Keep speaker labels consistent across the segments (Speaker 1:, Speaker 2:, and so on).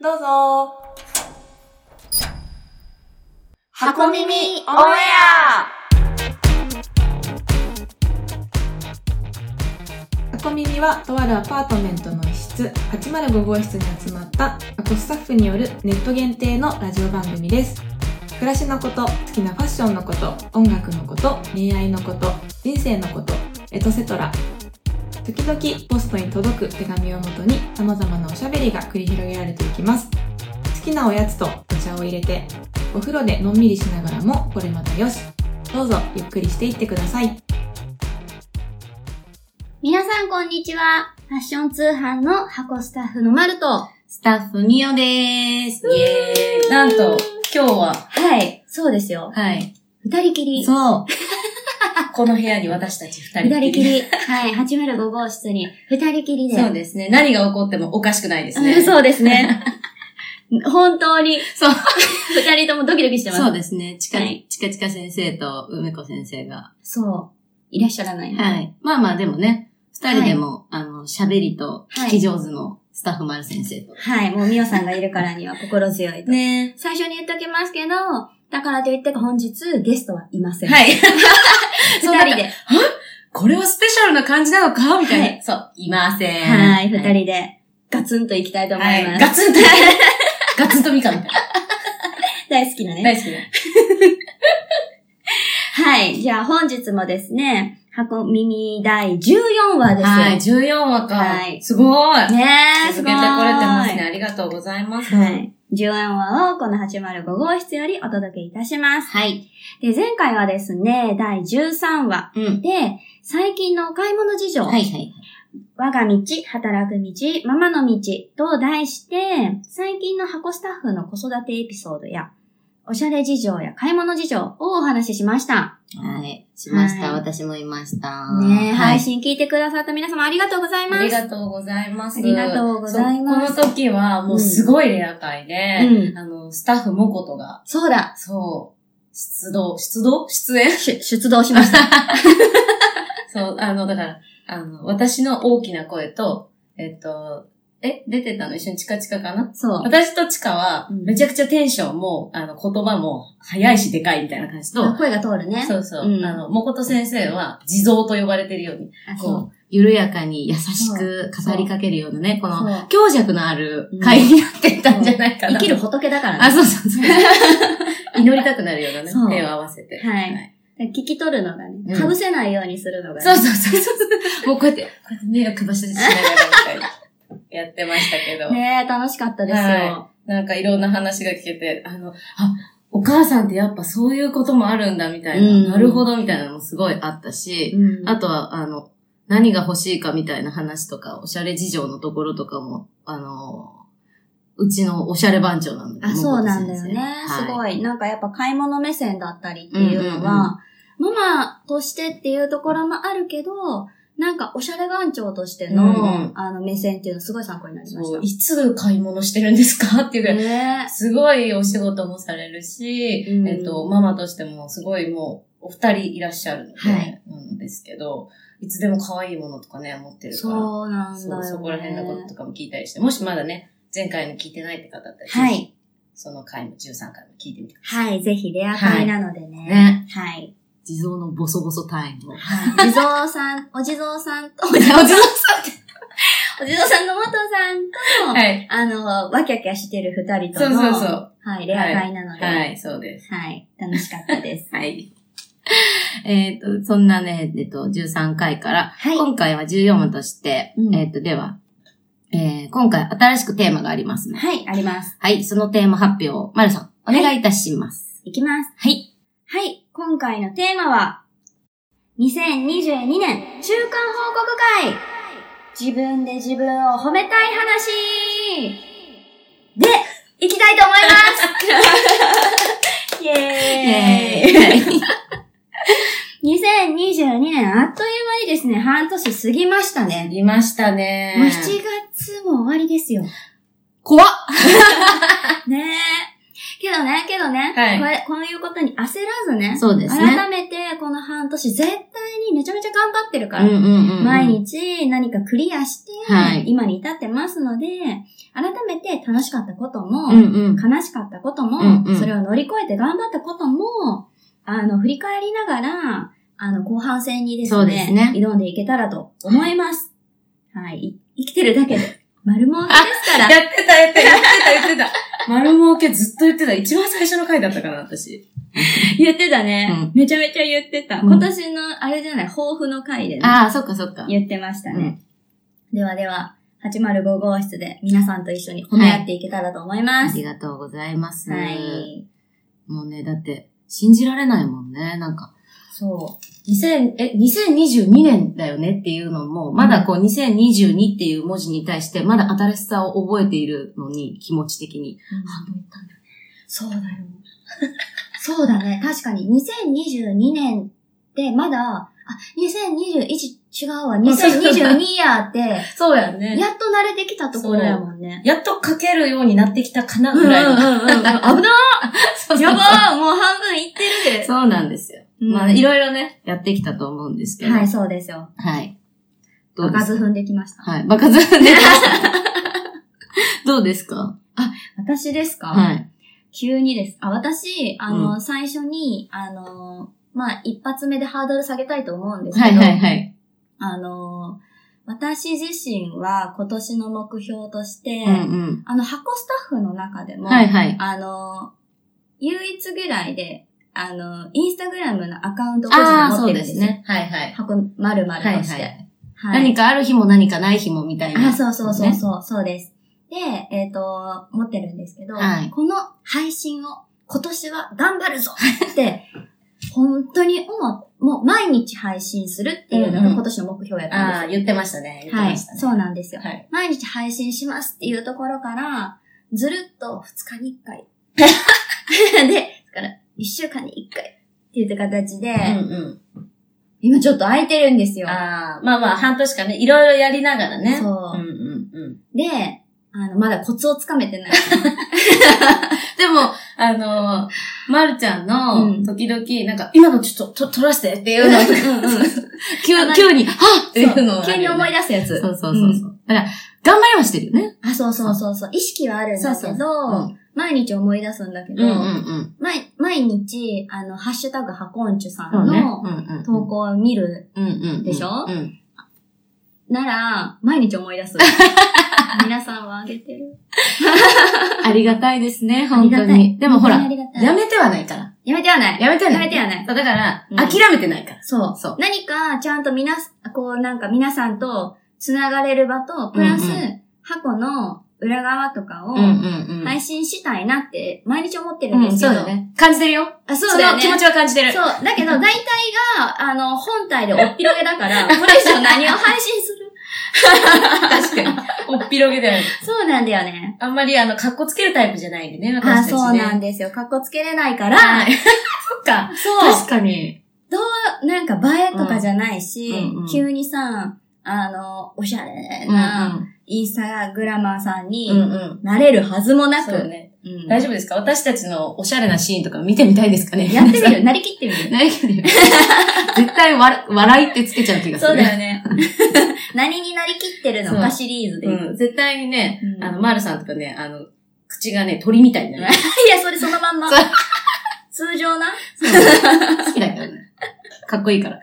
Speaker 1: どうぞ。
Speaker 2: 箱耳オンエ
Speaker 1: ア箱耳はとあるアパートメントの一室805号室に集まったアコスタッフによるネット限定のラジオ番組です暮らしのこと好きなファッションのこと音楽のこと恋愛のこと人生のことエトセトラ時々ポストに届く手紙をもとに様々なおしゃべりが繰り広げられていきます好きなおやつとお茶を入れてお風呂でのんびりしながらもこれまたよしどうぞゆっくりしていってください
Speaker 2: 皆さんこんにちは。ファッション通販の箱スタッフのマルと。
Speaker 3: スタッフみよでーす。イエーイ。なんと、今日は、
Speaker 2: はい。そうですよ。
Speaker 3: はい。
Speaker 2: 二人きり。
Speaker 3: そう。この部屋に私たち二人
Speaker 2: 二人き
Speaker 3: きり。
Speaker 2: り。はい。805号室に二人きりで。
Speaker 3: そうですね。何が起こってもおかしくないです
Speaker 2: う
Speaker 3: ね。
Speaker 2: んそうです ね。本当に
Speaker 3: そう。
Speaker 2: 二人ともドキドキしてます。
Speaker 3: そうですね。チカ
Speaker 2: はい、
Speaker 3: チカチカ先生と梅子先生が。
Speaker 2: そう。いらっしゃらない。
Speaker 3: はい。まあまあでもね、二人でも、あの、喋りと
Speaker 2: はい
Speaker 3: 聞き上手のスタッフ丸先生と。
Speaker 2: はい。もうミオさんがいるからには心強いと。
Speaker 3: ね
Speaker 2: 最初に言っときますけど、だからといってか本日ゲストはいません。い。
Speaker 3: はい。
Speaker 2: 二
Speaker 3: そんな
Speaker 2: 人で。
Speaker 3: これはスペシャルな感じなのかみたいな。
Speaker 2: はい
Speaker 3: そう。いません。
Speaker 2: はい。二人でガツンといきたいと思います。
Speaker 3: はい。ガツ ンと、ガツンとみかんみたい
Speaker 2: 大好きな
Speaker 3: な。
Speaker 2: ね。
Speaker 3: 大好きな。
Speaker 2: はい。じゃあ本日もですね、箱耳第14話ですよ。
Speaker 3: はい、14話か。
Speaker 2: はい
Speaker 3: すごい。
Speaker 2: ねえ、
Speaker 3: 続
Speaker 2: す
Speaker 3: け
Speaker 2: ご
Speaker 3: てこ
Speaker 2: い。
Speaker 3: れてますね。ありがとうございます。
Speaker 2: はい。14話をこの805号室よりお届けいたします。
Speaker 3: はい。
Speaker 2: で、前回はですね、第13話
Speaker 3: うん。
Speaker 2: で、最近のお買い物事情。
Speaker 3: はいはい。
Speaker 2: 我が道、働く道、ママの道と題して、最近の箱スタッフの子育てエピソードや、おしゃれ事情や買い物事情をお話ししました。
Speaker 3: はい。しました。
Speaker 2: はい
Speaker 3: 私もいました。
Speaker 2: ねえ、
Speaker 3: はい
Speaker 2: 配。信聞いてくださった皆様ありがとうございま
Speaker 3: あ
Speaker 2: す。
Speaker 3: りがとうございます。
Speaker 2: ありがとうございます
Speaker 3: そうこの時は、もうすごいレア会で、
Speaker 2: うん。
Speaker 3: あの、スタッフもことが、
Speaker 2: そうだ。
Speaker 3: そう、出動、出動 出演
Speaker 2: し出動しま した。
Speaker 3: そう、あの、だから、あの、私の大きな声と、えっと、え、出てたの一緒にチカチカかな
Speaker 2: そう。
Speaker 3: 私とチカは
Speaker 2: う、ん
Speaker 3: めちゃくちゃテンションも、あの、言葉も、早いし、でかいみたいな感じと、
Speaker 2: 声が通るね。
Speaker 3: そうそう、
Speaker 2: うん
Speaker 3: あの、もこと先生は、地蔵と呼ばれてるように、
Speaker 2: あそう
Speaker 3: こう、緩やかに優しく語りかけるようなね、この、
Speaker 2: そう
Speaker 3: 強弱のある会になっていったんじゃないかな。
Speaker 2: 生きる仏だから
Speaker 3: あ、
Speaker 2: ね。
Speaker 3: そうそうそう。 祈りたくなるようなね
Speaker 2: そう、
Speaker 3: 手を合わせて。
Speaker 2: はい聞き取るのが
Speaker 3: う
Speaker 2: ね、
Speaker 3: ん
Speaker 2: 被せないようにするのがね。
Speaker 3: そうそうそうそう。もうこうやって、こうやって目がくばししながらみたいな、やってましたけど。
Speaker 2: ねえ、楽しかったですよ
Speaker 3: は。なんかいろんな話が聞けて、あの、あ、お母さんってやっぱそういうこともあるんだみたいな、
Speaker 2: うん
Speaker 3: なるほどみたいなのもすごいあったし、
Speaker 2: うん
Speaker 3: あとは、あの、何が欲しいかみたいな話とか、おしゃれ事情のところとかも、あの、うちのおしゃれ番長なんだ
Speaker 2: あ、そうなんだよね。す
Speaker 3: い。
Speaker 2: ごい。なんかやっぱ買い物目線だったりっていうのは、ママとしてっていうところもあるけど、なんかおしゃれ番長としての、
Speaker 3: うんうん
Speaker 2: あの目線っていうのすごい参考になりま
Speaker 3: そう
Speaker 2: し
Speaker 3: いつ買い物してるんですかっていうぐ
Speaker 2: た。
Speaker 3: らい、
Speaker 2: ね
Speaker 3: すごいお仕事もされるし、
Speaker 2: うん
Speaker 3: えっと、ママとしてもすごいもう、お二人いらっしゃるので、
Speaker 2: はい
Speaker 3: うんですけど、いつでも可愛いものとかね、持ってるから。
Speaker 2: そうなんだ
Speaker 3: そ
Speaker 2: よ、
Speaker 3: う
Speaker 2: ね。
Speaker 3: そこら辺のこととかも聞いたりして、もしまだね、前回の聞いてないって方だったら、
Speaker 2: は
Speaker 3: ぜ
Speaker 2: い
Speaker 3: ひ。その回も13回も聞いてみてください。
Speaker 2: はい、ぜひレア会なのでね。
Speaker 3: ね。
Speaker 2: はい。
Speaker 3: 地蔵のボソボソタイムを。
Speaker 2: はい。お地蔵さ ん、お地蔵さんと、お地
Speaker 3: お地蔵
Speaker 2: 蔵さんの元さんと、
Speaker 3: はい。
Speaker 2: あの、わきゃきゃしてる二人
Speaker 3: そ
Speaker 2: と
Speaker 3: う
Speaker 2: の、
Speaker 3: そうそう。
Speaker 2: はい、レア会なので、
Speaker 3: はい、そうです。
Speaker 2: はい、楽しかったです。
Speaker 3: はい。えっと、そんなね、えっと、13回から、
Speaker 2: はい。
Speaker 3: 今回は14話として、
Speaker 2: うん
Speaker 3: えっと、では、えー今回新しくテーマがありますね。
Speaker 2: はい、あります。
Speaker 3: はい、そのテーマ発表を、まるさん、お願いいたします。
Speaker 2: いきます。
Speaker 3: はい。
Speaker 2: はい、今回のテーマは、2022年中間報告会自分で自分を褒めたい話で、いきたいと思い ますイエーイ
Speaker 3: イェーイ
Speaker 2: 2022年あっという間にですね、半年過ぎましたね。
Speaker 3: いましたね
Speaker 2: もう7月も終わりですよ。
Speaker 3: 怖っ
Speaker 2: ねえ。けどね、けどね、
Speaker 3: はい
Speaker 2: これ、こういうことに焦らずね、
Speaker 3: そうですね
Speaker 2: 改めてこの半年絶対にめちゃめちゃ頑張ってるから、
Speaker 3: うんうんうん。
Speaker 2: 毎。日何かクリアして、
Speaker 3: はい
Speaker 2: 今に至ってますので、改めて楽しかったことも、
Speaker 3: うんうん。
Speaker 2: 悲しかったことも、
Speaker 3: うんうん
Speaker 2: それを乗り越えて頑張ったことも、あの、振り返りながら、あの、後半戦にですね、
Speaker 3: そうですね
Speaker 2: 挑んでいけたらと思います。はい。い生きてるだけ で、丸儲けですから。
Speaker 3: やってた、やってた、やってた、言ってた。丸儲けずっと言ってた。一番最初の回だったかな、私。
Speaker 2: 言ってたね、めちゃめちゃ言ってた。
Speaker 3: うん
Speaker 2: 今年の、あれじゃない、抱負の回でね、
Speaker 3: ああ、そっかそっか。
Speaker 2: 言ってましたね。ではでは、805号室で皆さんと一緒に褒め合っていけたらと思いま
Speaker 3: あ
Speaker 2: す。
Speaker 3: りがとうございます。
Speaker 2: はい。
Speaker 3: もうね、だって、信じられないもんね。なんか、
Speaker 2: そう。
Speaker 3: 2000え2022年だよねっていうのも、まだこう、2022っていう文字に対して、まだ新しさを覚えているのに、気持ち的に。半分いったんだ。
Speaker 2: そうだよ。そうだね。確かに、2022年ってまだ、あ、2021違うわ、2022やって、
Speaker 3: そうやね
Speaker 2: やっと慣れてきたところやもんね。
Speaker 3: やっと書けるようになってきたかな
Speaker 2: うんうん
Speaker 3: ぐ
Speaker 2: うん
Speaker 3: らいの。
Speaker 2: うん。危な
Speaker 3: そ
Speaker 2: ー
Speaker 3: うそう
Speaker 2: やばーもう半分いってるで。
Speaker 3: そうなんですよ。
Speaker 2: うん
Speaker 3: まあ、いろいろね、やってきたと思うんですけど。
Speaker 2: はい、。そうですよ。
Speaker 3: はい。どう
Speaker 2: 場
Speaker 3: です
Speaker 2: 数踏んできました。
Speaker 3: はい。爆発 ね。どうですか
Speaker 2: 私ですか
Speaker 3: はい。
Speaker 2: 急にです。あ、私、あ
Speaker 3: う
Speaker 2: の、最初に、あの、まあ、一発目でハードル下げたいと思うんです
Speaker 3: は
Speaker 2: け
Speaker 3: い
Speaker 2: ど、
Speaker 3: はいはい。
Speaker 2: あの、私自身は今年の目標として、
Speaker 3: うん
Speaker 2: あの、箱スタッフの中で
Speaker 3: う
Speaker 2: も、
Speaker 3: ん。はいはい。
Speaker 2: あの、唯一ぐらいで、あの、インスタグラムのアカウントを個人
Speaker 3: あ
Speaker 2: で
Speaker 3: あ、
Speaker 2: 持っ
Speaker 3: そ
Speaker 2: てるん
Speaker 3: うで
Speaker 2: です
Speaker 3: す
Speaker 2: ね。
Speaker 3: ね。はいはい。
Speaker 2: 箱丸々と
Speaker 3: はい
Speaker 2: し
Speaker 3: は
Speaker 2: て。
Speaker 3: い。
Speaker 2: はい
Speaker 3: 何かある日も何かない日もみたいな。
Speaker 2: あ、そうそうそう
Speaker 3: ね
Speaker 2: そう、そうです。で、えっ、と、持ってるんですけど、
Speaker 3: はい
Speaker 2: この配信を今年は頑張るぞって、本当に思う、もう毎日配信するっていうの
Speaker 3: うん
Speaker 2: が
Speaker 3: うん
Speaker 2: 今年の目標やったんですよ
Speaker 3: ああ、言ってましたね。言って
Speaker 2: は
Speaker 3: ま
Speaker 2: い、
Speaker 3: したね。
Speaker 2: そうなんですよ。
Speaker 3: はい
Speaker 2: 毎日配信しますっていうところから、ずるっと2日に1回。 で、だから1週間に1回っていう形で、
Speaker 3: うん
Speaker 2: 今ちょっと空いてるんです
Speaker 3: うん。
Speaker 2: よ。
Speaker 3: ああ、まあまあ、半年間ね、いろいろやりながらね。
Speaker 2: そう
Speaker 3: うんうんうん。
Speaker 2: で、あの、まだコツをつかめて ない。
Speaker 3: でも、あのー、まるちゃん
Speaker 2: う
Speaker 3: の
Speaker 2: ん、
Speaker 3: 時々、なんか、今のちょっと、と、撮らせてっていうのを、
Speaker 2: うんうん
Speaker 3: 急
Speaker 2: あなんか
Speaker 3: 急に、はっっていうのを、
Speaker 2: 急に思い出すやつ。
Speaker 3: そうそうそうそう。だから、頑張りはしてるよね。
Speaker 2: あ、そうそうそうそう。意識はあるんだけど、
Speaker 3: そううん
Speaker 2: 毎日思い出すんだけど、
Speaker 3: うんうんうん。
Speaker 2: 毎毎日、あの、ハッシュタグハコンチュさん
Speaker 3: そうね。
Speaker 2: の
Speaker 3: うんうん。
Speaker 2: 投稿を見る
Speaker 3: うんうんうん。
Speaker 2: でしょ
Speaker 3: うん。
Speaker 2: なら、毎日思い出 す。皆さんはあげてる。
Speaker 3: ありがたいですね、
Speaker 2: あ
Speaker 3: 本
Speaker 2: りが
Speaker 3: 当
Speaker 2: たい
Speaker 3: に。でもほ
Speaker 2: 本当
Speaker 3: ら、
Speaker 2: にありがたい
Speaker 3: やめてはないから。
Speaker 2: やめてはない。
Speaker 3: やめてはない。
Speaker 2: やめてはない
Speaker 3: そうだから、
Speaker 2: うん
Speaker 3: 諦めてないから。
Speaker 2: そう。
Speaker 3: そう。
Speaker 2: 何か、ちゃんとみな、こうなんか皆さんと繋がれる場と、プラス、
Speaker 3: うんう
Speaker 2: 箱の裏側とかを
Speaker 3: うんうんうん。
Speaker 2: 配信したいなって、毎日思ってるん
Speaker 3: う
Speaker 2: で
Speaker 3: ん、
Speaker 2: すけど。
Speaker 3: そうだね。感じてるよ。
Speaker 2: あ、そう
Speaker 3: そ
Speaker 2: だよ
Speaker 3: の
Speaker 2: ね。
Speaker 3: 気持ちは感じてる。
Speaker 2: そう。だけど、大体が、あの、本体でおっぴろげだ から、これ以上何を配信する
Speaker 3: 確かに。 おっぴろげである。
Speaker 2: そうなんだよね。
Speaker 3: あんまり、あの、格好つけるタイプじゃないんでね、私
Speaker 2: あ、
Speaker 3: たちね。
Speaker 2: そうなん
Speaker 3: だ。
Speaker 2: ですよ。かっこつけれないから、
Speaker 3: はい。そっか。
Speaker 2: そ
Speaker 3: 確かに。
Speaker 2: う、なんか映えとかじゃないし、
Speaker 3: うんうんうん
Speaker 2: 急にさ、あの、おしゃれ
Speaker 3: うん
Speaker 2: な、インスタグラマーさん
Speaker 3: うん。うん
Speaker 2: に
Speaker 3: うん。
Speaker 2: なれるはずもなく、
Speaker 3: そうね。
Speaker 2: うん
Speaker 3: 大丈夫ですか私たちのおしゃれなシーンとか見てみたいですかね
Speaker 2: やってみ る、なりきってみる。
Speaker 3: ないけど。 絶対わ、笑いってつけちゃう気がする。
Speaker 2: そうだよね。 何になりきってるのか
Speaker 3: そ
Speaker 2: シリーズで。
Speaker 3: うん。絶対にね、
Speaker 2: うん
Speaker 3: あの、マールさんとかね、あの、口がね、鳥みたいになる。
Speaker 2: いや、それそのまんま
Speaker 3: そう。
Speaker 2: 通常な
Speaker 3: 好きだけどね。かっこいいから。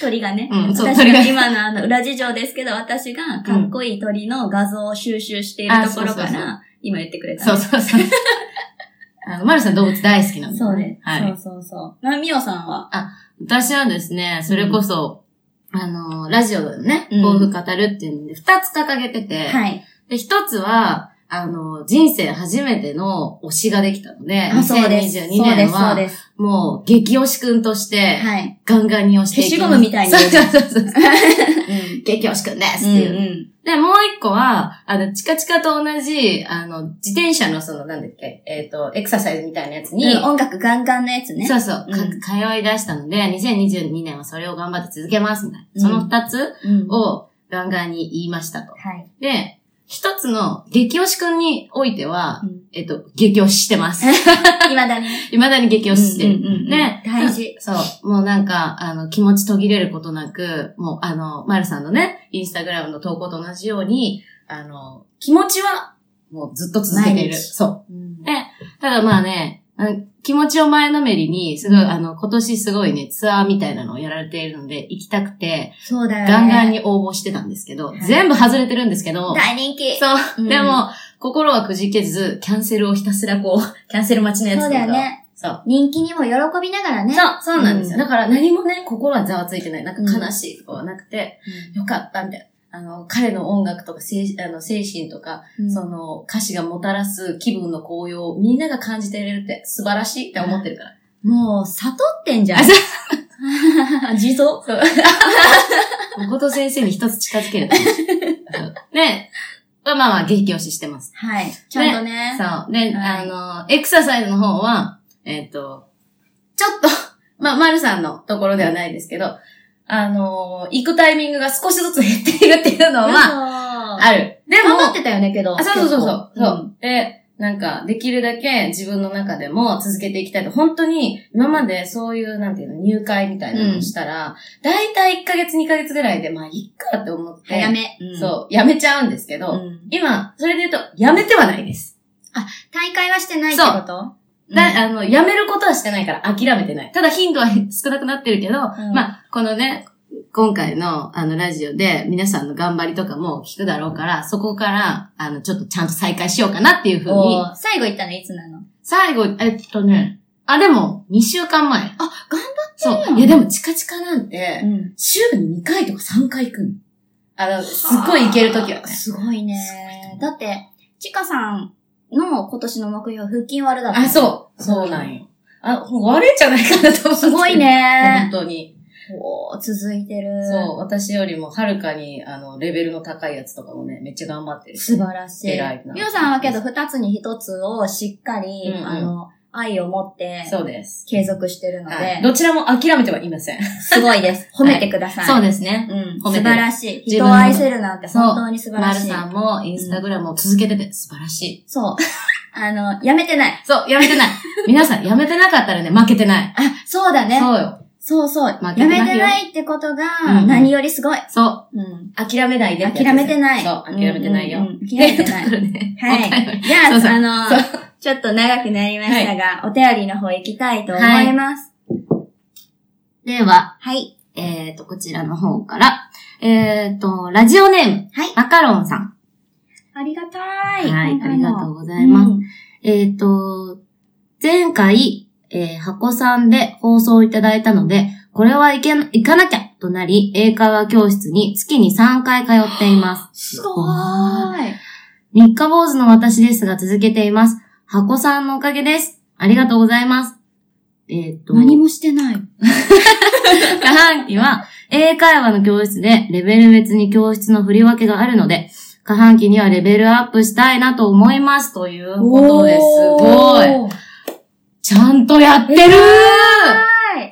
Speaker 2: 鳥がね。
Speaker 3: うんそう
Speaker 2: 私
Speaker 3: 鳥が
Speaker 2: が今のあの裏事情ですけど、私がかっこいい鳥の画像を収集しているところ
Speaker 3: あそうそう
Speaker 2: か
Speaker 3: そう
Speaker 2: ら、今言ってくれた。
Speaker 3: そうそうそう。 あの、マルさん動物大好きなんで。
Speaker 2: そうね。
Speaker 3: はい。
Speaker 2: そうそうそう。なみおさんは
Speaker 3: 私はですね、それこそ、あの、ラジオのね、
Speaker 2: うん
Speaker 3: 抱負語るっていうので、二つ掲げてて、
Speaker 2: はい。
Speaker 3: で、一つは、あの、人生初めての推しができたので、
Speaker 2: あそうです。
Speaker 3: 2022年
Speaker 2: そう
Speaker 3: は、
Speaker 2: です、そう
Speaker 3: もう、激推しくんとして、
Speaker 2: です。はい。
Speaker 3: ガンガンに押していき
Speaker 2: 消しゴ
Speaker 3: ます
Speaker 2: ムみたいに
Speaker 3: そうそうそうそ
Speaker 2: う
Speaker 3: う。
Speaker 2: ん。
Speaker 3: 激推しくんですって
Speaker 2: うん
Speaker 3: いう。で、もう一個は、あの、チカチカと同じ、あの、自転車のその、なんだっけ、えっ、と、エクササイズみたいなやつ
Speaker 2: うん。
Speaker 3: に、
Speaker 2: うん音楽ガンガンのやつね。
Speaker 3: そうそう、か
Speaker 2: うん
Speaker 3: 通い出したので、2022年はそれを頑張って続けます、みたいな。その二つ
Speaker 2: うん。は
Speaker 3: をガンガンに言いましたと。
Speaker 2: い。
Speaker 3: で、一つの激推しくんにおいては、
Speaker 2: うん
Speaker 3: えっと、激推しして ます。
Speaker 2: いまだに。
Speaker 3: 未だに激推しして
Speaker 2: う
Speaker 3: る。
Speaker 2: んうんうんうん
Speaker 3: ね。
Speaker 2: 大事
Speaker 3: そう。もうなんか、あの、気持ち途切れることなく、もうあの、マルさんのね、インスタグラムの投稿と同じように、あの、気持ちは、もうずっと続けてい
Speaker 2: 毎
Speaker 3: る。
Speaker 2: 日
Speaker 3: そう。ただまあね、あの気持ちを前のめりに、すごい、あの、今年すごいね、ツアーみたいなのをやられているので、行きたくて、
Speaker 2: そうだよね。
Speaker 3: ガンガンに応募してたんですけど、
Speaker 2: はい
Speaker 3: 全部外れてるんですけど、
Speaker 2: 大人気。
Speaker 3: そ
Speaker 2: う
Speaker 3: う。
Speaker 2: ん
Speaker 3: でも、心はくじけず、キャンセルをひたすらこう、キャンセル待ちのやつ
Speaker 2: そう
Speaker 3: と
Speaker 2: だ
Speaker 3: か
Speaker 2: よね。
Speaker 3: そう。
Speaker 2: 人気にも喜びながらね。
Speaker 3: そう、そうなんです
Speaker 2: う
Speaker 3: よ。
Speaker 2: ん
Speaker 3: だから何もね、心はざわついてない。なんか悲しいとかはなくて、よかったみたいな。あの、彼の音楽とか精あの精神とか、
Speaker 2: うん
Speaker 3: その歌詞がもたらす気分の高揚をみんなが感じていれるって素晴らしいって思ってるから。
Speaker 2: もう、悟ってんじゃん
Speaker 3: あ。
Speaker 2: 地蔵
Speaker 3: そう。誠先生に一つ近づける。ね。まあまあまあ、激推ししてます。
Speaker 2: はい。ちゃんとね。
Speaker 3: そう。で、
Speaker 2: はい
Speaker 3: あの、エクササイズの方は、えっ、と、ちょっと、 まあ、まるさんのところではないですけど、あの、行くタイミングが少しずつ減っているっていうのは、
Speaker 2: まあ、
Speaker 3: ある。でも、
Speaker 2: 頑張ってたよね、けど。
Speaker 3: あ、そうそうそうそう、
Speaker 2: 結構
Speaker 3: そ。う。で、なんか、できるだけ自分の中でも続けていきたいと。本当に、今までそういう、なんていうの、入会みたいなのをしたら、だいたい1ヶ月、2ヶ月ぐらいで、まあ、いっかって思って、
Speaker 2: 早め。
Speaker 3: そう、やめちゃうんですけど、
Speaker 2: うん
Speaker 3: 今、それで言うと、やめてはないです。
Speaker 2: 大会はしてないってこと
Speaker 3: だ、
Speaker 2: うん
Speaker 3: あの、やめることはしてないから諦めてない。ただ頻度は少なくなってるけど、まあ、このね、今回のあのラジオで皆さんの頑張りとかも聞くだろうから、そこから、あの、ちょっとちゃんと再開しようかなっていうふう
Speaker 2: お
Speaker 3: に、
Speaker 2: ー最後行ったのいつなの
Speaker 3: 最後、えっとね、あ、でも、2週間前。あ、頑
Speaker 2: っ
Speaker 3: 張
Speaker 2: てるやん
Speaker 3: そう。いや、でも、チカチカなんて、
Speaker 2: ん。
Speaker 3: 週に2回とか3回行くの。あの、すっごい行けるときはね。
Speaker 2: すごいね。だって、ちかさんの今年の目標、腹筋割るだった。
Speaker 3: あ、そう。そうなんよ。あ、悪いんじゃないかなと思って。
Speaker 2: すごい
Speaker 3: 本
Speaker 2: ね。
Speaker 3: 当に。
Speaker 2: おー続いてる。
Speaker 3: そう、私よりもはるかに、あの、レベルの高いやつとかもね、めっちゃ頑張ってる。
Speaker 2: 素晴らしい。
Speaker 3: 偉いな
Speaker 2: りょうさんはけど、二つに一つをしっかり、
Speaker 3: うんうん
Speaker 2: あの、愛を持って、
Speaker 3: そうです。
Speaker 2: 継続してるので、
Speaker 3: はい。どちらも諦めてはいません。
Speaker 2: すごい です。褒めてください。
Speaker 3: そうですね。
Speaker 2: うん。
Speaker 3: 褒
Speaker 2: 素
Speaker 3: めて
Speaker 2: 晴らしい。
Speaker 3: 自
Speaker 2: 人
Speaker 3: 分
Speaker 2: を
Speaker 3: の
Speaker 2: 愛せるなんて
Speaker 3: そう
Speaker 2: 本当に素晴
Speaker 3: ま
Speaker 2: ら
Speaker 3: る
Speaker 2: しい。
Speaker 3: さんもインスタグラムを続けてて素晴らしい。
Speaker 2: そう。 あの、やめてない。
Speaker 3: そう、やめてない。 皆さん、やめてなかったらね、負けてな
Speaker 2: あ、
Speaker 3: い。
Speaker 2: そうだね。
Speaker 3: そうよ。
Speaker 2: そうそう。や
Speaker 3: 負
Speaker 2: めて
Speaker 3: けてないよ
Speaker 2: ないってこと
Speaker 3: うんう
Speaker 2: が、
Speaker 3: ん
Speaker 2: 何よりすごい。
Speaker 3: そう。
Speaker 2: うん。
Speaker 3: 諦めないでってやつです。
Speaker 2: 諦めてない。
Speaker 3: そう、諦めてないよ。
Speaker 2: うんうんうん諦めてない
Speaker 3: というとこ。ろで
Speaker 2: はい。じ
Speaker 3: そ
Speaker 2: ゃ
Speaker 3: うそう
Speaker 2: あ、あの、ちょっと長くなりましたが、お便りの方行きたいと思います。
Speaker 3: では、
Speaker 2: はい。
Speaker 3: えっ、と、こちらの方から、えっ、と、ラジオネーム、
Speaker 2: はい
Speaker 3: マカロンさん。
Speaker 2: ありがたい。
Speaker 3: はい、
Speaker 2: 今
Speaker 3: あ
Speaker 2: 回
Speaker 3: り
Speaker 2: も
Speaker 3: がとうございます。
Speaker 2: うん
Speaker 3: えっ、と、前回、えー箱さんで放送いただいたので、これはいけな、行かなきゃとなり、英会話教室に月に3回通っています
Speaker 2: ごーい。
Speaker 3: 三日坊主の私ですが続けています。箱さんのおかげです。ありがとうございます。えっ、と、
Speaker 2: 何もしてない。
Speaker 3: 下半期は英会話の教室でレベル別に教室の振り分けがあるので、下半期にはレベルアップしたいなと思いますということです。ごい。
Speaker 2: い。
Speaker 3: ちゃんとやってる、
Speaker 2: い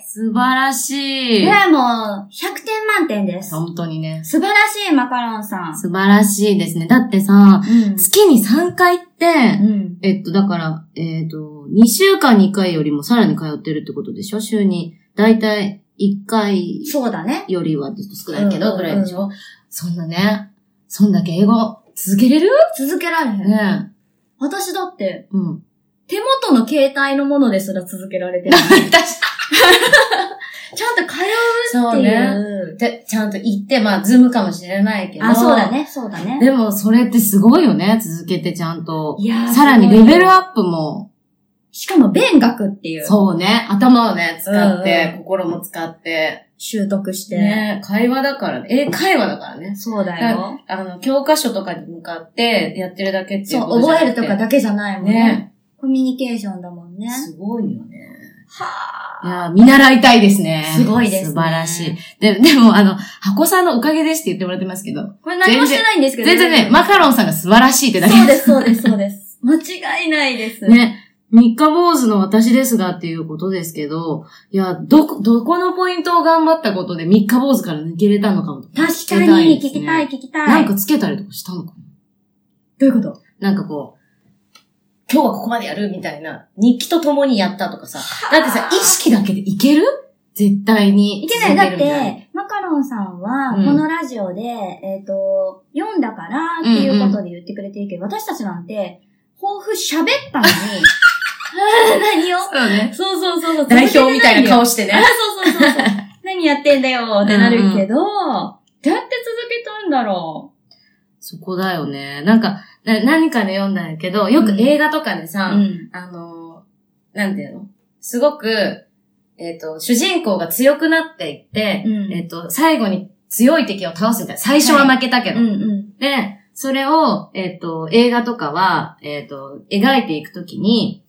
Speaker 3: 素晴らしい、
Speaker 2: いや、もう、100点満点です。
Speaker 3: 本当にね。
Speaker 2: 素晴らしい、マカロンさん。
Speaker 3: 素晴らしいですね。だってさ、
Speaker 2: うん
Speaker 3: 月に3回って、
Speaker 2: うん。
Speaker 3: えっと、だから、えっと、2週間に1回よりもさらに通ってるってことでしょ週に。だいたい1回
Speaker 2: そうだね。
Speaker 3: よりはちょっと少ないけ
Speaker 2: うんうんう
Speaker 3: ど、
Speaker 2: ん
Speaker 3: ぐらいでしょ、そんなね、そんだけ英語続けれる
Speaker 2: 続けられへん。
Speaker 3: ね
Speaker 2: 私だって、
Speaker 3: うん。
Speaker 2: 手元の携帯のものですら続けられてる。
Speaker 3: 確か
Speaker 2: ちゃんと通うっ
Speaker 3: そ
Speaker 2: て
Speaker 3: う
Speaker 2: い
Speaker 3: ね。
Speaker 2: う。
Speaker 3: で、ちゃんと行って、まあ、ズームかもしれないけど。
Speaker 2: あ、そうだ。ね、そうだね。
Speaker 3: でも、それってすごいよね。続けてちゃんと。
Speaker 2: い やー
Speaker 3: さらにレベルア
Speaker 2: す
Speaker 3: ップも、
Speaker 2: ごいしかも、勉学っていう。
Speaker 3: そうね。頭をね、使っ
Speaker 2: うん
Speaker 3: て
Speaker 2: う、
Speaker 3: 心も使って。
Speaker 2: 習得して。
Speaker 3: ね会話だからね。英会話だからね。
Speaker 2: そうだよ。
Speaker 3: あの、教科書とかに向かってやってるだけっていう
Speaker 2: そ
Speaker 3: こと
Speaker 2: う、
Speaker 3: じゃなく
Speaker 2: 覚
Speaker 3: て
Speaker 2: えるとかだけじゃないもんね。
Speaker 3: ね。
Speaker 2: コミュニケーションだもんね。
Speaker 3: すごいよね。
Speaker 2: はい
Speaker 3: やー見習いたいですね。
Speaker 2: すごいですね
Speaker 3: 素晴らしい。で、でも、あの、箱さんのおかげですって言ってもらってますけど、
Speaker 2: ぁ。これ何もしてないんですけど
Speaker 3: 全然ね、マカロンさんが素晴らしいってだけ
Speaker 2: そうです、そうです、そうです。間違いないです。
Speaker 3: ね。三日坊主の私ですがっていうことですけど、いや、どこ、どこのポイントを頑張ったことで三日坊主から抜けれたのかも。
Speaker 2: 確かに、聞
Speaker 3: ですね
Speaker 2: きたい、聞きたい。
Speaker 3: なんかつけたりとかしたのか
Speaker 2: どういうこと
Speaker 3: なんかこう、今日はここまでやるみたいな、日記と共にやったとかさ。だってさ、意識だけでいける絶対に。
Speaker 2: いけない。だっ
Speaker 3: 続けるみたいな、
Speaker 2: て、マカロンさんは、
Speaker 3: うん
Speaker 2: このラジオで、えっ、と、読んだからっていうことで言ってくれていいけど、私たちなんて、抱負喋った のに、何を
Speaker 3: そうね。
Speaker 2: そうそうそうそう。
Speaker 3: 代表みたいな顔
Speaker 2: し
Speaker 3: して
Speaker 2: て
Speaker 3: ね。
Speaker 2: そうそうそうそう。 何やってんだよってなるけど、どうやって続けたんだろ
Speaker 3: そこだよね。なんか、な何かで読んだんやけど、よく映画とかで
Speaker 2: う。
Speaker 3: さ、
Speaker 2: ん。
Speaker 3: あのー、なんていうのすごく、えっ、と、主人公が強くなっていって、
Speaker 2: うん
Speaker 3: えっ、と、最後に強い敵を倒すみたいな。最初は負けたけ
Speaker 2: う
Speaker 3: ど。
Speaker 2: んうん。
Speaker 3: で、それを、えっ、と、映画とかは、えっ、と、描いていくときに、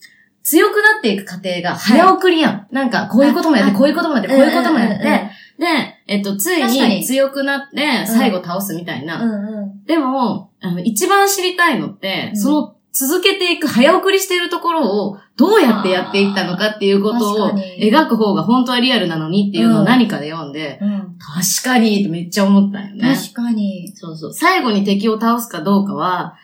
Speaker 3: 強くなっていく過程が早送りやん。なんか、こういうこともやって、
Speaker 2: あ
Speaker 3: こういうこともやって、こういうこともやって、
Speaker 2: うんうん
Speaker 3: で、えっ、と、つい
Speaker 2: 確かに
Speaker 3: に強くなって、最後倒すみたいな。
Speaker 2: うんうんうん。
Speaker 3: でも、あの、一番知りたいのって、
Speaker 2: うん
Speaker 3: その続けていく、早送りしてるところを、どうやってやっていったのかっていうこと
Speaker 2: あー
Speaker 3: を
Speaker 2: 確かに
Speaker 3: 描く方が本当はリアルなのにっていうのを何かで読んで、
Speaker 2: うん。
Speaker 3: 確かにってめっちゃ思ったよね。
Speaker 2: 確かに。
Speaker 3: そうそう。最後に敵を倒すかどうかは、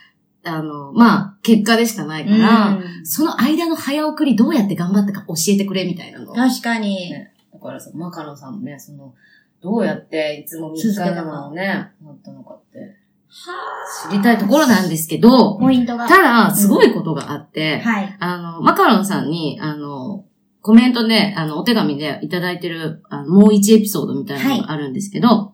Speaker 3: あの、まあ、結果でしかないから、
Speaker 2: うん
Speaker 3: その間の早送りどうやって頑張ったか教えてくれみたいなの。だ
Speaker 2: 確かに。
Speaker 3: からさ、マカロンさんもね、その、どうやっていつも見
Speaker 2: 続
Speaker 3: つ
Speaker 2: け
Speaker 3: か
Speaker 2: た
Speaker 3: る
Speaker 2: か
Speaker 3: のをね、なったのかって。
Speaker 2: は
Speaker 3: 知りたいところなんですけど、
Speaker 2: ポイントが。
Speaker 3: ただ、すごいことがあって、
Speaker 2: はい。
Speaker 3: あの、マカロンさんに、あの、コメントで、あの、お手紙でいただいてる、あのもう一エピソードみたいなのがあるんですけど、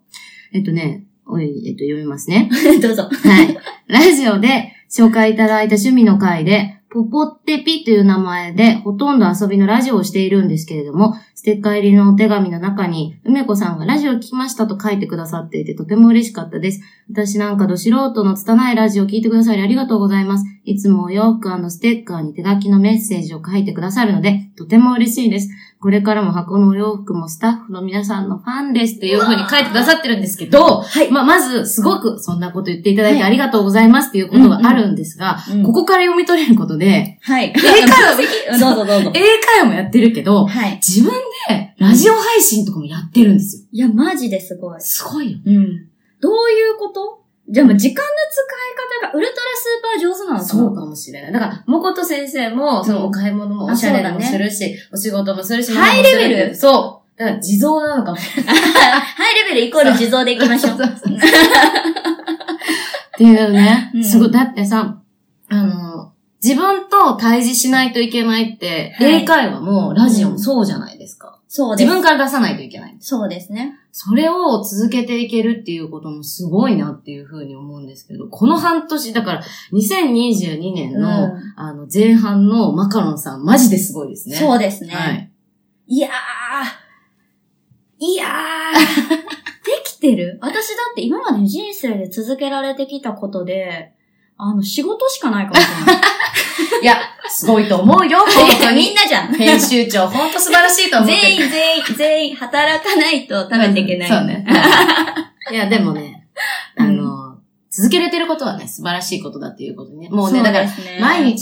Speaker 3: えっとね、おいえっと、読みますね。
Speaker 2: どうぞ。
Speaker 3: はい。ラジオで紹介いただいた趣味の回で、ポポってピという名前でほとんど遊びのラジオをしているんですけれども、ステッカー入りのお手紙の中に、梅子さんがラジオ聞きましたと書いてくださっていてとても嬉しかったです。私なんかど素人の拙いラジオを聞いてくださりありがとうございます。いつもお洋服ステッカーに手書きのメッセージを書いてくださるので、とても嬉しいです。これからも箱のお洋服もスタッフの皆さんのファンですっていうふうに書いてくださってるんですけど、
Speaker 2: はい。
Speaker 3: まあ、まず、すごくそんなこと言っていただい
Speaker 2: は
Speaker 3: て
Speaker 2: い
Speaker 3: ありがとうございますっていうことがあるんですが、
Speaker 2: うん
Speaker 3: ここから読み取れることで、
Speaker 2: はい。
Speaker 3: 英会 話、
Speaker 2: うんどうぞどうぞ。
Speaker 3: 英会話もやってるけど、
Speaker 2: はい。
Speaker 3: 自分でラジオ配信とかもやってるんですよ。
Speaker 2: いや、マジですごい。
Speaker 3: すごいよ。
Speaker 2: うん。どういうことじゃあもう時間の使い方がウルトラスーパー上手なのかな
Speaker 3: そうかもしれない。だから、もこと先生も、そのお買い物も
Speaker 2: うん
Speaker 3: おしゃれも
Speaker 2: あそうだね
Speaker 3: するし、お仕事もするし、
Speaker 2: ハイレベル
Speaker 3: 何もするそう。だから、地蔵なのかも。
Speaker 2: ハイレベルイコール地蔵でいきましょう。
Speaker 3: そうっていうね
Speaker 2: う。ん
Speaker 3: すごい。だってさ、あの、自分と対峙しないといけないって、
Speaker 2: はい
Speaker 3: 英会話もラジオもそうじゃないですか。
Speaker 2: そうで
Speaker 3: 自
Speaker 2: す。
Speaker 3: 分から出さないといけない。
Speaker 2: そうですね。
Speaker 3: それを続けていけるっていうこともすごいなっていうふうに思うんですけど、この半年、だから2022年の、
Speaker 2: うん
Speaker 3: あの前半のマカロンさん、マジですごいですね。
Speaker 2: そううですね。
Speaker 3: はい。
Speaker 2: いやー。いやー。 できてる私だって今まで人生で続けられてきたことで、あの、仕事しかないかもしれない。
Speaker 3: いや、すごいと思うよ、本当
Speaker 2: み
Speaker 3: に
Speaker 2: ん。なじゃん。
Speaker 3: 編集長、本当素晴らしいと思ってる
Speaker 2: 全員、全員、全員、働かないと食べていけない。
Speaker 3: うんそうね。いや、でもね、あの、続けれてることはね、素晴らしいことだっていうことね。もうね、だから、
Speaker 2: そうですね
Speaker 3: 毎日、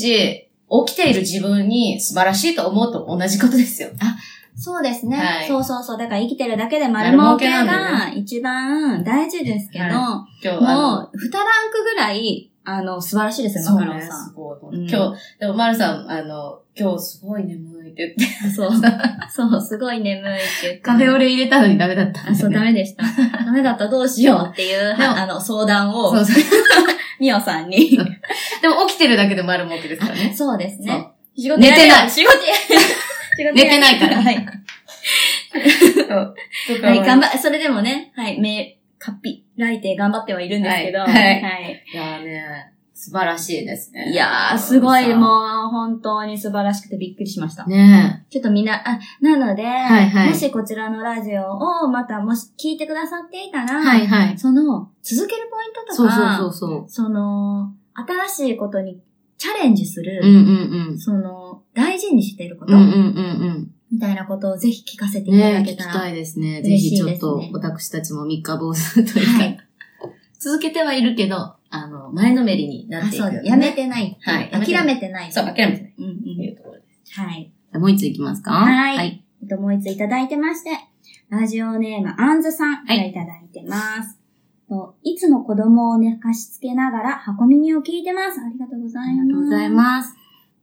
Speaker 3: 起きている自分に素晴らしいと思うと同じことですよ。あ、
Speaker 2: そうですね、
Speaker 3: はい
Speaker 2: そうそうそう。だから生きてるだけで丸儲け
Speaker 3: 丸儲けな
Speaker 2: が一番大事ですけど、
Speaker 3: は今日、あ
Speaker 2: もう二ランクぐらい、あの、素晴らしいです
Speaker 3: の、
Speaker 2: よ、マカ
Speaker 3: そう
Speaker 2: ロン
Speaker 3: ね、
Speaker 2: さ
Speaker 3: すごい。
Speaker 2: うん
Speaker 3: 今日、でも、まるさん、あの、今日すごい眠いって言って、
Speaker 2: ん。そう。そう、すごい眠いって言って。
Speaker 3: カフェオレ入れたのにダメだったんだよね。
Speaker 2: あ、そう、ダメで した。ダメだった、どうしようっていう、
Speaker 3: でも
Speaker 2: あの、相談を
Speaker 3: そ、うそう。
Speaker 2: ミオさんに
Speaker 3: そ。うでも、起きてるだけで丸儲けですからね。
Speaker 2: そうですね。仕。
Speaker 3: 寝てない
Speaker 2: 仕事や仕事や
Speaker 3: 寝てないから
Speaker 2: はい。はい、頑張、それでもね、はい、目、カッピ、ライテ頑張ってはいるんですけど、
Speaker 3: はいはい
Speaker 2: はい
Speaker 3: いやーね、素晴らしいですね。
Speaker 2: いやー、すごい、
Speaker 3: う。
Speaker 2: もう、本当に素晴らしくてびっくりしました。
Speaker 3: ね
Speaker 2: ちょっとみんな、あ、なので、
Speaker 3: いはい
Speaker 2: もしこちらのラジオをまたもし聞いてくださっていたら、
Speaker 3: え。はいはい。
Speaker 2: その、続けるポイントとか、
Speaker 3: そうそうそうそ
Speaker 2: その、新しいことにチャレンジする、
Speaker 3: う。うんうん
Speaker 2: その、大事にしているこ
Speaker 3: うん。う
Speaker 2: と、
Speaker 3: んうんうん
Speaker 2: みたいなことをぜひ聞かせて
Speaker 3: うん。
Speaker 2: いただ
Speaker 3: ねえ、
Speaker 2: け
Speaker 3: 聞き
Speaker 2: たら。
Speaker 3: たいですね。ぜ
Speaker 2: 嬉しい
Speaker 3: ひ
Speaker 2: です
Speaker 3: ち
Speaker 2: ね
Speaker 3: ょっと、私たちも三日坊主という
Speaker 2: は
Speaker 3: か、
Speaker 2: い。
Speaker 3: 続けてはいるけど、あの、前のめりにな
Speaker 2: あ、
Speaker 3: っていく
Speaker 2: そ
Speaker 3: よ
Speaker 2: う
Speaker 3: ね。
Speaker 2: です。やめてない。
Speaker 3: はい
Speaker 2: 諦めてない。
Speaker 3: そう、諦めてない。
Speaker 2: うんう
Speaker 3: って
Speaker 2: ん。
Speaker 3: いうところです。
Speaker 2: はい。
Speaker 3: もう一ついきますか
Speaker 2: はい
Speaker 3: はい。
Speaker 2: えっと、もう一ついただいてまして、ラジオネーム、あんずさん
Speaker 3: は
Speaker 2: が
Speaker 3: い
Speaker 2: いただいてます。と、いつも子供を寝かしつけながら箱耳を聞いてます。ありがとうございます。
Speaker 3: ありがとうございます。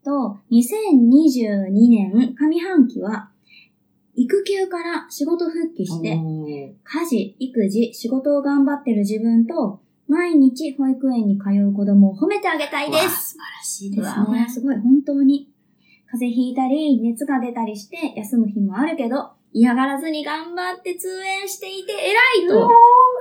Speaker 2: と、2022年上半期は、育休から仕事復帰して、
Speaker 3: お
Speaker 2: 家事、育児、仕事を頑張ってる自分と、毎日保育園に通う子供を褒めてあげたい
Speaker 3: ー
Speaker 2: で
Speaker 3: わあ
Speaker 2: す。
Speaker 3: 素晴らしい
Speaker 2: で
Speaker 3: です
Speaker 2: すね。
Speaker 3: ね。
Speaker 2: すごい、本当に。風邪ひいたり、熱が出たりして、休む日もあるけど、嫌がらずに頑張って通園していて偉いと。